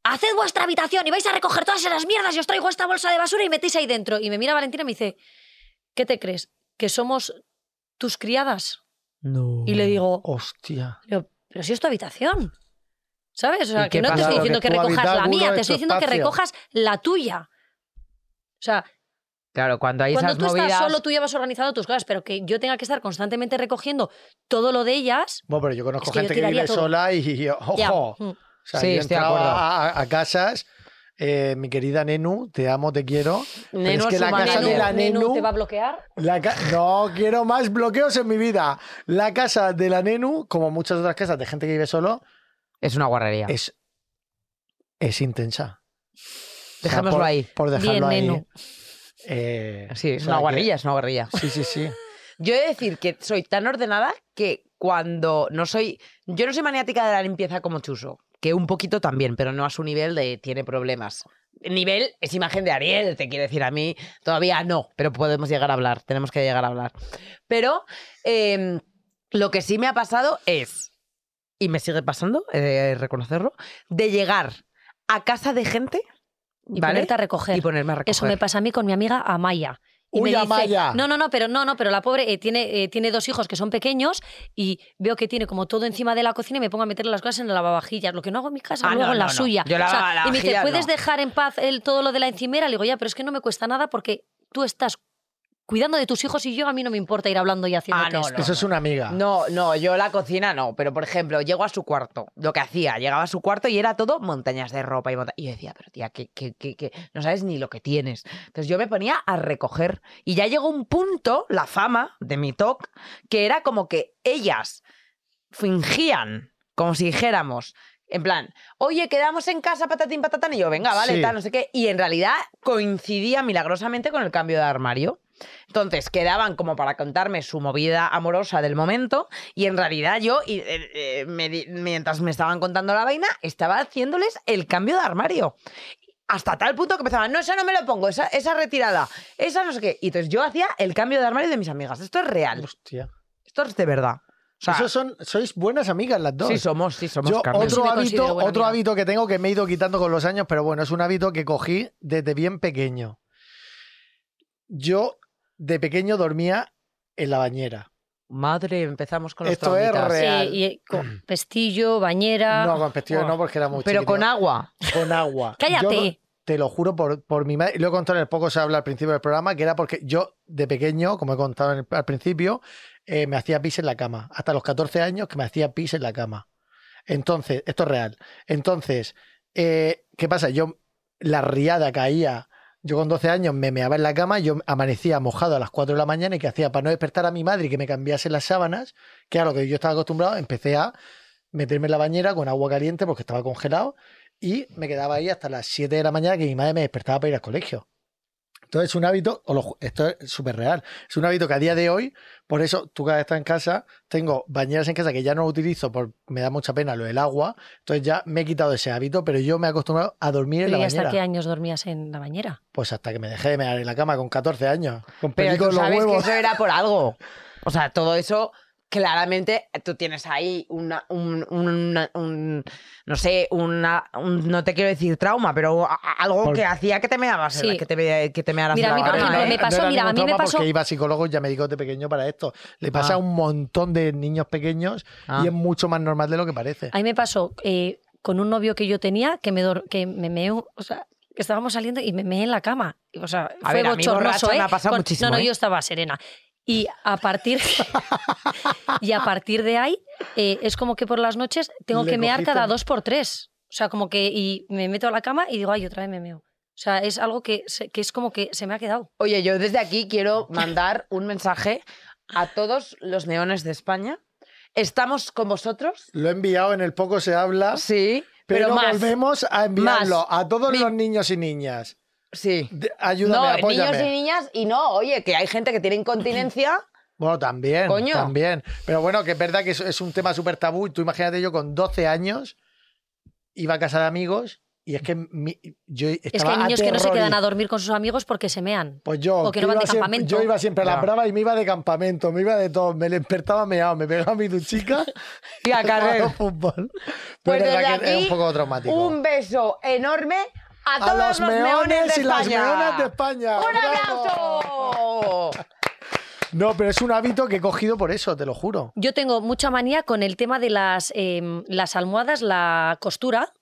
[SPEAKER 6] haced vuestra habitación y vais a recoger todas esas mierdas y os traigo esta bolsa de basura y metéis ahí dentro. Y me mira Valentina y me dice, ¿qué te crees? ¿Que somos tus criadas?
[SPEAKER 4] No.
[SPEAKER 6] Y le digo,
[SPEAKER 3] Oh, Hostia.
[SPEAKER 6] pero, pero si es tu habitación. ¿Sabes? O sea,
[SPEAKER 4] ¿Y
[SPEAKER 6] que
[SPEAKER 4] qué
[SPEAKER 6] no te
[SPEAKER 4] pasa?
[SPEAKER 6] estoy
[SPEAKER 4] Claro,
[SPEAKER 6] diciendo
[SPEAKER 3] que
[SPEAKER 6] que,
[SPEAKER 3] tu
[SPEAKER 6] recojas
[SPEAKER 3] habitá
[SPEAKER 6] la
[SPEAKER 3] alguno
[SPEAKER 6] mía,
[SPEAKER 3] es
[SPEAKER 6] te
[SPEAKER 3] tu
[SPEAKER 6] estoy diciendo que
[SPEAKER 3] espacio.
[SPEAKER 6] recojas la tuya. O sea,
[SPEAKER 4] Claro, cuando hay
[SPEAKER 6] Cuando
[SPEAKER 4] esas
[SPEAKER 6] tú
[SPEAKER 4] movidas.
[SPEAKER 6] estás solo, tú llevas organizado tus cosas, pero que yo tenga que estar constantemente recogiendo todo lo de ellas.
[SPEAKER 3] Bueno, pero yo conozco
[SPEAKER 6] Es que yo
[SPEAKER 3] gente que
[SPEAKER 6] tiraría
[SPEAKER 3] vive
[SPEAKER 6] todo.
[SPEAKER 3] sola y, y- ojo.
[SPEAKER 6] ya.
[SPEAKER 3] O
[SPEAKER 6] Mm.
[SPEAKER 3] sea,
[SPEAKER 4] Sí,
[SPEAKER 3] yo he
[SPEAKER 4] estoy de
[SPEAKER 3] entrado
[SPEAKER 4] acuerdo.
[SPEAKER 3] A, a- a casas, eh, mi querida Nenu, te amo, te quiero. pero
[SPEAKER 4] Nenu
[SPEAKER 3] es que
[SPEAKER 4] es
[SPEAKER 3] la
[SPEAKER 4] su
[SPEAKER 3] casa
[SPEAKER 4] madre.
[SPEAKER 3] de la
[SPEAKER 6] Nenu,
[SPEAKER 3] Nenu,
[SPEAKER 6] Nenu te va a bloquear.
[SPEAKER 3] la ca- no quiero más bloqueos en mi vida. La casa de la Nenu, como muchas otras casas de gente que vive solo,
[SPEAKER 4] Es una guarrería.
[SPEAKER 3] es, es intensa. O sea,
[SPEAKER 4] Dejémoslo
[SPEAKER 3] por-
[SPEAKER 4] ahí.
[SPEAKER 3] Por
[SPEAKER 6] Bien,
[SPEAKER 3] dejarlo ahí.
[SPEAKER 6] Nenu.
[SPEAKER 3] Eh,
[SPEAKER 4] Sí, es
[SPEAKER 3] o sea
[SPEAKER 4] una
[SPEAKER 3] que-
[SPEAKER 4] guarrilla, es una guarrilla.
[SPEAKER 3] Sí, sí,
[SPEAKER 4] [laughs]
[SPEAKER 3] sí.
[SPEAKER 4] Yo he de decir que soy tan ordenada que cuando no soy. Yo no soy maniática de la limpieza como Chuso, que un poquito también, pero no a su nivel de tiene problemas. Nivel es imagen de Ariel, te quiere decir a mí. Todavía no, pero podemos llegar a hablar, tenemos que llegar a hablar. Pero eh, lo que sí me ha pasado es, y me sigue pasando, he de reconocerlo, de llegar a casa de gente
[SPEAKER 6] Y
[SPEAKER 4] ¿vale?
[SPEAKER 6] ponerte a recoger.
[SPEAKER 4] y ponerme a recoger.
[SPEAKER 6] Eso me pasa a mí con mi amiga Amaya. Y
[SPEAKER 3] Uy,
[SPEAKER 6] me dice,
[SPEAKER 3] Amaya.
[SPEAKER 6] No, no, no, pero no, no, pero la pobre eh, tiene, eh, tiene dos hijos que son pequeños y veo que tiene como todo encima de la cocina y me pongo a meterle las cosas en la lavavajillas. Lo que no hago en mi casa,
[SPEAKER 4] Ah,
[SPEAKER 6] luego
[SPEAKER 4] no,
[SPEAKER 6] en la
[SPEAKER 4] no, no.
[SPEAKER 6] suya.
[SPEAKER 4] Yo la lavavajillas
[SPEAKER 6] y me dice,
[SPEAKER 4] no.
[SPEAKER 6] ¿puedes dejar en paz el, todo lo de la encimera? Le digo, ya, pero es que no me cuesta nada porque tú estás cuidando de tus hijos y yo a mí no me importa ir hablando y haciendo
[SPEAKER 4] Ah, no,
[SPEAKER 6] test.
[SPEAKER 4] no.
[SPEAKER 3] Eso es una amiga.
[SPEAKER 4] No, no, yo la cocina no, pero por ejemplo, llego a su cuarto, lo que hacía, llegaba a su cuarto y era todo montañas de ropa y monta- Y yo decía, pero tía, que, que, que, que no sabes ni lo que tienes. Entonces yo me ponía a recoger y ya llegó un punto, la fama de mi talk, que era como que ellas fingían, como si dijéramos, en plan, oye, quedamos en casa patatín patatán y yo, venga, vale,
[SPEAKER 3] Sí.
[SPEAKER 4] tal, no sé qué. Y en realidad coincidía milagrosamente con el cambio de armario. Entonces quedaban como para contarme su movida amorosa del momento y en realidad yo, y, eh, eh, me di- mientras me estaban contando la vaina, estaba haciéndoles el cambio de armario. Hasta tal punto que empezaban, no, esa no me lo pongo, esa, esa retirada, esa no sé qué. Y entonces yo hacía el cambio de armario de mis amigas. Esto es real,
[SPEAKER 3] Hostia.
[SPEAKER 4] esto es de verdad. O sea,
[SPEAKER 3] Eso son, sois buenas amigas las dos.
[SPEAKER 4] sí somos, sí somos.
[SPEAKER 3] Yo
[SPEAKER 4] Carmen.
[SPEAKER 3] otro
[SPEAKER 6] me
[SPEAKER 3] hábito,
[SPEAKER 6] considero buena
[SPEAKER 3] otro
[SPEAKER 6] amiga.
[SPEAKER 3] hábito que tengo que me he ido quitando con los años, pero bueno, es un hábito que cogí desde bien pequeño. Yo de pequeño dormía en la bañera.
[SPEAKER 4] Madre, empezamos con los
[SPEAKER 3] Esto es
[SPEAKER 4] traumitas.
[SPEAKER 3] real.
[SPEAKER 6] Eh, y, eh,
[SPEAKER 4] [clears throat]
[SPEAKER 6] con pestillo, bañera.
[SPEAKER 3] No, con pestillo
[SPEAKER 6] Buah.
[SPEAKER 3] no, porque era muy
[SPEAKER 4] Pero con
[SPEAKER 3] chiquitito.
[SPEAKER 4] agua.
[SPEAKER 3] Con agua. Yo
[SPEAKER 6] [laughs] Cállate.
[SPEAKER 3] te lo juro por, por mi madre. Lo he contado en el poco se habla al principio del programa, que era porque yo de pequeño, como he contado en el- al principio, eh, me hacía pis en la cama. Hasta los 14 años que me hacía pis en la cama. Entonces, esto es real. Entonces, eh, ¿qué pasa? Yo la riada caía. Yo con 12 años me meaba en la cama, yo amanecía mojado a las 4 de la mañana y que hacía para no despertar a mi madre y que me cambiase las sábanas, que era lo que yo estaba acostumbrado, empecé a meterme en la bañera con agua caliente porque estaba congelado y me quedaba ahí hasta las 7 de la mañana que mi madre me despertaba para ir al colegio. Entonces es un hábito, os lo ju- esto es súper real, es un hábito que a día de hoy, por eso tú cada vez estás en casa, tengo bañeras en casa que ya no utilizo porque me da mucha pena lo del agua, entonces ya me he quitado ese hábito, pero yo me he acostumbrado a dormir en
[SPEAKER 6] Pero
[SPEAKER 3] la
[SPEAKER 6] ¿y hasta
[SPEAKER 3] bañera.
[SPEAKER 6] qué años dormías en la bañera?
[SPEAKER 3] Pues hasta que me dejé de mear en la cama con 14 años. Con
[SPEAKER 4] Pero
[SPEAKER 3] pelicos
[SPEAKER 4] tú
[SPEAKER 3] en los
[SPEAKER 4] sabes que
[SPEAKER 3] huevos.
[SPEAKER 4] eso era por algo. O sea, todo eso, claramente, eh, tú tienes ahí una, un, un- un- no sé, una, un- no te quiero decir trauma, pero a- a- algo
[SPEAKER 3] Por-
[SPEAKER 4] que hacía que te meabas, en la-
[SPEAKER 6] Sí.
[SPEAKER 4] que te, me- que te mearas
[SPEAKER 6] Mira,
[SPEAKER 4] en la
[SPEAKER 6] a mí, por
[SPEAKER 4] cama,
[SPEAKER 6] ejemplo,
[SPEAKER 4] ¿eh?
[SPEAKER 6] me pasó-
[SPEAKER 3] era
[SPEAKER 6] mira, a
[SPEAKER 3] ningún
[SPEAKER 6] mí me
[SPEAKER 3] trauma
[SPEAKER 6] pasó-
[SPEAKER 3] Porque iba a psicólogos y a médicos de pequeño para esto. Le pasa
[SPEAKER 4] Ah.
[SPEAKER 3] a un montón de niños pequeños
[SPEAKER 4] Ah.
[SPEAKER 3] y es mucho más normal de lo que parece.
[SPEAKER 6] A mí me pasó eh, con un novio que yo tenía que me, dor- que me meó, o sea, que estábamos saliendo y me meé en la cama. O sea,
[SPEAKER 4] A
[SPEAKER 6] fue
[SPEAKER 4] ver, a mí borracha
[SPEAKER 6] bochornoso, ¿eh?
[SPEAKER 4] me ha pasado muchísimo,
[SPEAKER 6] No, no,
[SPEAKER 4] ¿eh?
[SPEAKER 6] yo estaba serena. Y a partir,
[SPEAKER 4] [laughs]
[SPEAKER 6] y a partir de ahí, eh, es como que por las noches tengo
[SPEAKER 3] Le
[SPEAKER 6] que mear
[SPEAKER 3] cogiste-
[SPEAKER 6] cada dos por tres. O sea, como que y me meto a la cama y digo, ay, otra vez me meo. O sea, es algo que, se- que es como que se me ha quedado.
[SPEAKER 4] Oye, yo desde aquí quiero mandar un mensaje a todos los neones de España. Estamos con vosotros.
[SPEAKER 3] Lo he enviado en el poco se habla,
[SPEAKER 4] Sí, pero,
[SPEAKER 3] pero,
[SPEAKER 4] más.
[SPEAKER 3] volvemos a enviarlo
[SPEAKER 4] más.
[SPEAKER 3] a todos
[SPEAKER 4] Mi-
[SPEAKER 3] los niños y niñas.
[SPEAKER 4] Sí.
[SPEAKER 3] De- ayúdame,
[SPEAKER 4] no,
[SPEAKER 3] apóyame.
[SPEAKER 4] niños y niñas, y no, oye, que hay gente que tiene
[SPEAKER 3] [laughs]
[SPEAKER 4] incontinencia.
[SPEAKER 3] Bueno, también,
[SPEAKER 4] Coño.
[SPEAKER 3] también. Pero bueno, que es verdad que es, es un tema súper tabú. Tú imagínate yo con 12 años iba a casa de amigos y es que mi- yo
[SPEAKER 6] Es que
[SPEAKER 3] estaba
[SPEAKER 6] hay niños que no se quedan
[SPEAKER 3] aterrorizado.
[SPEAKER 6] a dormir con sus amigos porque se mean.
[SPEAKER 3] Pues yo,
[SPEAKER 6] O que no
[SPEAKER 3] yo
[SPEAKER 6] van de
[SPEAKER 3] iba siempre-
[SPEAKER 6] campamento.
[SPEAKER 3] yo iba siempre a las
[SPEAKER 4] Ya.
[SPEAKER 3] bravas y me iba de campamento, me iba de todo, me despertaba meado, me pegaba mi duchica
[SPEAKER 4] Tía,
[SPEAKER 3] y jugaba
[SPEAKER 4] Carrer.
[SPEAKER 3] al fútbol.
[SPEAKER 4] Pues
[SPEAKER 3] Pero es
[SPEAKER 4] desde
[SPEAKER 3] verdad que es
[SPEAKER 4] aquí,
[SPEAKER 3] un poco traumático.
[SPEAKER 4] Un beso enorme a
[SPEAKER 3] a los
[SPEAKER 4] todos
[SPEAKER 3] meones,
[SPEAKER 4] de
[SPEAKER 3] y las
[SPEAKER 4] España.
[SPEAKER 3] meonas de España.
[SPEAKER 4] ¡Un
[SPEAKER 3] ¡Bravo!
[SPEAKER 4] aplauso!
[SPEAKER 3] No, pero es un hábito que he cogido por eso, te lo juro.
[SPEAKER 6] Yo tengo mucha manía con el tema de las, eh, las almohadas, la costura,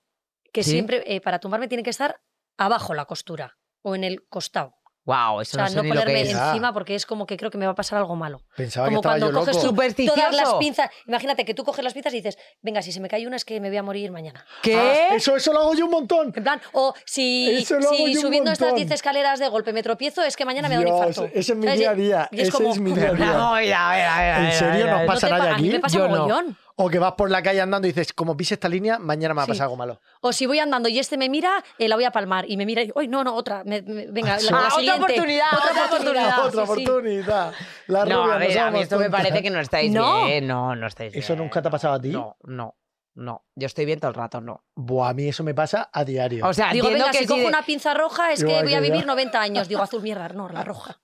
[SPEAKER 6] que
[SPEAKER 4] Sí.
[SPEAKER 6] siempre eh, para tumbarme tiene que estar abajo la costura o en el costado.
[SPEAKER 4] Wow,
[SPEAKER 6] O
[SPEAKER 4] eso
[SPEAKER 6] sea,
[SPEAKER 4] no sé
[SPEAKER 6] no
[SPEAKER 4] ni lo que
[SPEAKER 6] ponerme
[SPEAKER 4] es.
[SPEAKER 3] en- Ah.
[SPEAKER 6] encima porque es como que creo que me va a pasar algo malo.
[SPEAKER 3] Pensaba que
[SPEAKER 6] como
[SPEAKER 3] estaba yo
[SPEAKER 6] cuando
[SPEAKER 3] loco.
[SPEAKER 6] coges tú todas las
[SPEAKER 4] Supersticioso.
[SPEAKER 6] pinzas. Imagínate que tú coges las pinzas y dices, venga, si se me cae una es que me voy a morir mañana.
[SPEAKER 4] ¿Qué?
[SPEAKER 3] Ah, eso, eso lo hago yo un montón.
[SPEAKER 6] En plan, o si,
[SPEAKER 3] Eso lo hago
[SPEAKER 6] si
[SPEAKER 3] yo un
[SPEAKER 6] subiendo estas
[SPEAKER 3] montón.
[SPEAKER 6] 10 escaleras de golpe me tropiezo, es que mañana me da un
[SPEAKER 3] Dios,
[SPEAKER 6] infarto. eh,
[SPEAKER 3] ese es mi
[SPEAKER 6] ¿Sabes?
[SPEAKER 3] día a día,
[SPEAKER 6] Y
[SPEAKER 3] ese es mi
[SPEAKER 6] "Joder,
[SPEAKER 5] [laughs]
[SPEAKER 3] día a día".
[SPEAKER 4] No, mira, a ver, a ver, a
[SPEAKER 3] ¿En
[SPEAKER 4] ver, a
[SPEAKER 3] serio?
[SPEAKER 4] ver, a
[SPEAKER 3] ¿No os
[SPEAKER 4] ver.
[SPEAKER 3] pasa
[SPEAKER 6] te
[SPEAKER 3] nada
[SPEAKER 6] pa- a mí
[SPEAKER 3] aquí?
[SPEAKER 6] me pasa
[SPEAKER 3] Yo
[SPEAKER 6] mogollón.
[SPEAKER 3] O que vas por la calle andando y dices, como pise esta línea, mañana me va a
[SPEAKER 6] Sí.
[SPEAKER 3] pasar algo malo.
[SPEAKER 6] O si voy andando y este me mira, eh, la voy a palmar. Y me mira y, uy, no, no, otra. me- me- venga, la, la
[SPEAKER 4] Ah, otra
[SPEAKER 6] siguiente,
[SPEAKER 4] oportunidad, otra oportunidad.
[SPEAKER 3] [laughs]
[SPEAKER 6] sí,
[SPEAKER 3] Otra
[SPEAKER 6] sí.
[SPEAKER 3] oportunidad. La rubia,
[SPEAKER 4] No, a
[SPEAKER 3] nos
[SPEAKER 4] ver, a
[SPEAKER 3] vamos
[SPEAKER 4] mí esto me
[SPEAKER 3] tontas.
[SPEAKER 4] parece que no estáis
[SPEAKER 6] No.
[SPEAKER 4] bien. No, no estáis bien.
[SPEAKER 3] ¿Eso nunca te ha pasado a ti?
[SPEAKER 4] No, no, no. Yo estoy bien todo el rato, no.
[SPEAKER 3] Buah, a mí eso me pasa a diario.
[SPEAKER 4] O sea,
[SPEAKER 6] Digo,
[SPEAKER 4] entiendo
[SPEAKER 6] venga,
[SPEAKER 4] que
[SPEAKER 6] si
[SPEAKER 4] sí
[SPEAKER 6] cojo
[SPEAKER 4] de-
[SPEAKER 6] una pinza roja es que
[SPEAKER 3] Igual
[SPEAKER 6] voy a
[SPEAKER 3] que yo.
[SPEAKER 6] vivir 90 años. Digo, azul, mierda, no, la roja.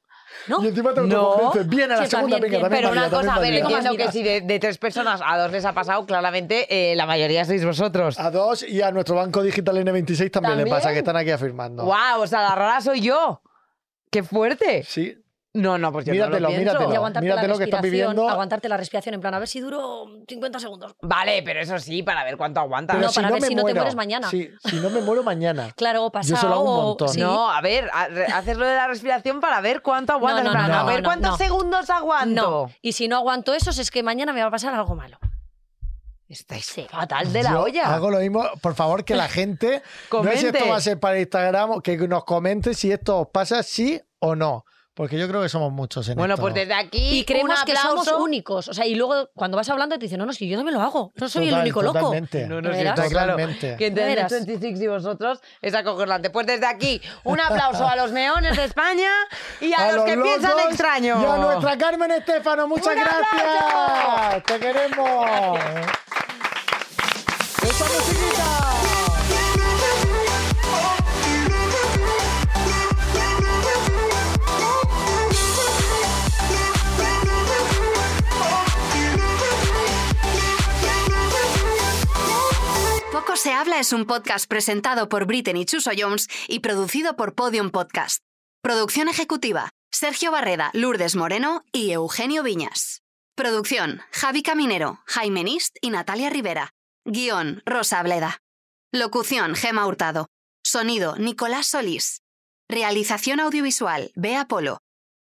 [SPEAKER 6] ¿No?
[SPEAKER 3] y encima te lo
[SPEAKER 4] No.
[SPEAKER 3] convences. Bien, a la
[SPEAKER 6] Sí,
[SPEAKER 3] segunda,
[SPEAKER 6] también,
[SPEAKER 3] venga, también
[SPEAKER 6] bien.
[SPEAKER 4] Pero
[SPEAKER 3] María,
[SPEAKER 4] una cosa, a ver,
[SPEAKER 3] también María.
[SPEAKER 4] entiendo que
[SPEAKER 6] miras.
[SPEAKER 4] si de, de tres personas a dos les ha pasado, claramente eh, la mayoría sois vosotros.
[SPEAKER 3] A dos y a nuestro banco digital N26 también, le
[SPEAKER 4] ¿También?
[SPEAKER 3] pasa, que están aquí afirmando.
[SPEAKER 4] ¡Guau! o sea, la rara soy yo. ¡Qué fuerte!
[SPEAKER 3] Sí,
[SPEAKER 4] No, no, pues yo no
[SPEAKER 3] Míratelo,
[SPEAKER 4] lo pienso.
[SPEAKER 3] míratelo.
[SPEAKER 6] Y aguantarte
[SPEAKER 3] Mírate
[SPEAKER 6] la
[SPEAKER 3] lo que estás
[SPEAKER 6] respiración,
[SPEAKER 3] viviendo.
[SPEAKER 6] aguantarte la respiración en plan, a ver si duro 50 segundos.
[SPEAKER 4] Vale, pero eso sí, para ver cuánto aguantas.
[SPEAKER 3] pero
[SPEAKER 6] no,
[SPEAKER 3] si
[SPEAKER 6] para
[SPEAKER 3] no
[SPEAKER 6] ver
[SPEAKER 3] me
[SPEAKER 6] si no te
[SPEAKER 3] muero.
[SPEAKER 6] mueres mañana.
[SPEAKER 3] Sí, si no me muero
[SPEAKER 4] [laughs]
[SPEAKER 3] mañana.
[SPEAKER 6] Claro,
[SPEAKER 3] Yo
[SPEAKER 6] pasado.
[SPEAKER 3] eso lo hago un
[SPEAKER 6] o-
[SPEAKER 3] montón.
[SPEAKER 6] sí.
[SPEAKER 4] No, a ver, a- re- haces lo de la respiración para ver cuánto aguantas.
[SPEAKER 6] no,
[SPEAKER 4] en plan,
[SPEAKER 6] no,
[SPEAKER 4] a
[SPEAKER 6] no,
[SPEAKER 4] ver
[SPEAKER 6] no,
[SPEAKER 4] cuántos
[SPEAKER 6] no.
[SPEAKER 4] segundos aguanto.
[SPEAKER 6] No. Y si no aguanto esos es que mañana me va a pasar algo malo.
[SPEAKER 4] Estáis
[SPEAKER 6] Sí.
[SPEAKER 4] fatal de la
[SPEAKER 3] Yo
[SPEAKER 4] olla.
[SPEAKER 3] Hago lo mismo. Por favor, que
[SPEAKER 4] [laughs]
[SPEAKER 3] la gente. No sé si esto
[SPEAKER 4] Comente.
[SPEAKER 3] va a ser para Instagram, o que nos comente si esto os pasa, sí o no. Porque yo creo que somos muchos en
[SPEAKER 4] Bueno,
[SPEAKER 3] esto.
[SPEAKER 4] pues desde aquí.
[SPEAKER 6] Y creemos
[SPEAKER 4] un
[SPEAKER 6] que somos
[SPEAKER 4] aplauso.
[SPEAKER 6] únicos. O sea, y luego cuando vas hablando te dicen, no, no, si yo también lo hago. No soy el
[SPEAKER 3] Total,
[SPEAKER 6] único loco.
[SPEAKER 3] Totalmente.
[SPEAKER 4] No, no,
[SPEAKER 6] ¿De
[SPEAKER 4] sí,
[SPEAKER 6] veras?
[SPEAKER 4] está claro.
[SPEAKER 3] Totalmente.
[SPEAKER 4] Que
[SPEAKER 6] ¿De
[SPEAKER 4] entendéis
[SPEAKER 6] veras?
[SPEAKER 4] 26 y vosotros es acojonante. Pues desde aquí, un aplauso a los neones de España y a, los, que piensan
[SPEAKER 3] locos
[SPEAKER 4] extraño.
[SPEAKER 3] Y a nuestra Carmen Estefano, muchas
[SPEAKER 4] ¡Un abrazo!
[SPEAKER 3] gracias. Te queremos. Esa musiquita.
[SPEAKER 2] Poco se habla es un podcast presentado por Britten y Chuso Jones y producido por Podium Podcast. Producción ejecutiva: Sergio Barreda, Lourdes Moreno y Eugenio Viñas. Producción: Javi Caminero, Jaime Nist y Natalia Rivera. Guión: Rosa Bleda. Locución: Gema Hurtado. Sonido: Nicolás Solís. Realización audiovisual: Bea Polo.